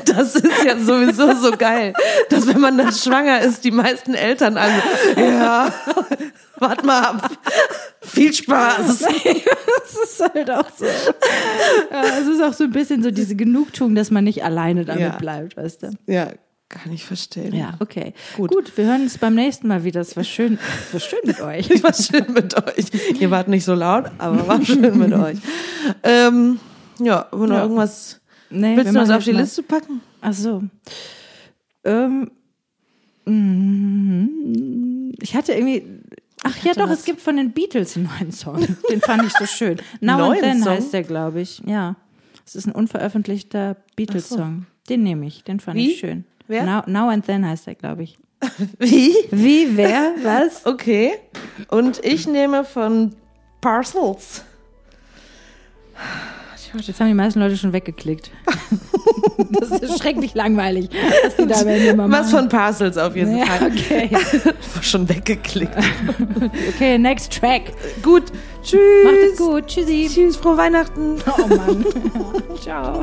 Speaker 1: Das ist ja sowieso so geil, dass wenn man dann schwanger ist, die meisten Eltern also, ja, wart mal ab. Viel Spaß.
Speaker 2: Das ist halt auch so. Ja, es ist auch so ein bisschen so diese Genugtuung, dass man nicht alleine damit
Speaker 1: Ja.
Speaker 2: bleibt, weißt du.
Speaker 1: Ja, kann ich verstehen.
Speaker 2: Ja, okay.
Speaker 1: Gut.
Speaker 2: Gut. wir hören uns beim nächsten Mal wieder. Es war schön, es war schön mit euch.
Speaker 1: Ich war schön mit euch. Ihr wart nicht so laut, aber war schön mit euch. Ähm, ja, haben wir noch
Speaker 2: Ja.
Speaker 1: irgendwas?
Speaker 2: Nee,
Speaker 1: Willst
Speaker 2: wir
Speaker 1: du das
Speaker 2: machen
Speaker 1: auf die
Speaker 2: jetzt mal-
Speaker 1: Liste packen?
Speaker 2: Ach so. Ähm, mm, ich hatte irgendwie. Ach ja, doch, es gibt von den Beatles einen neuen Song. Den fand ich so schön. Now
Speaker 1: Neuen
Speaker 2: and Then
Speaker 1: Song?
Speaker 2: heißt der, glaube ich. Ja. Es ist ein unveröffentlichter Beatles-Song. Den nehme ich, den fand
Speaker 1: Wie?
Speaker 2: ich schön.
Speaker 1: Wer?
Speaker 2: Now, Now and Then heißt der, glaube ich.
Speaker 1: Wie?
Speaker 2: Wie, wer, was?
Speaker 1: Okay. Und ich nehme von Parcels.
Speaker 2: Jetzt haben die meisten Leute schon weggeklickt. das ist schrecklich langweilig, was die da am Ende immer
Speaker 1: Was von
Speaker 2: machen.
Speaker 1: Parcels auf jeden
Speaker 2: Ja,
Speaker 1: Fall.
Speaker 2: okay.
Speaker 1: Schon weggeklickt.
Speaker 2: Okay, next track.
Speaker 1: Gut. Tschüss.
Speaker 2: Macht es gut. Tschüssi.
Speaker 1: Tschüss, frohe Weihnachten.
Speaker 2: Oh Mann. Ciao.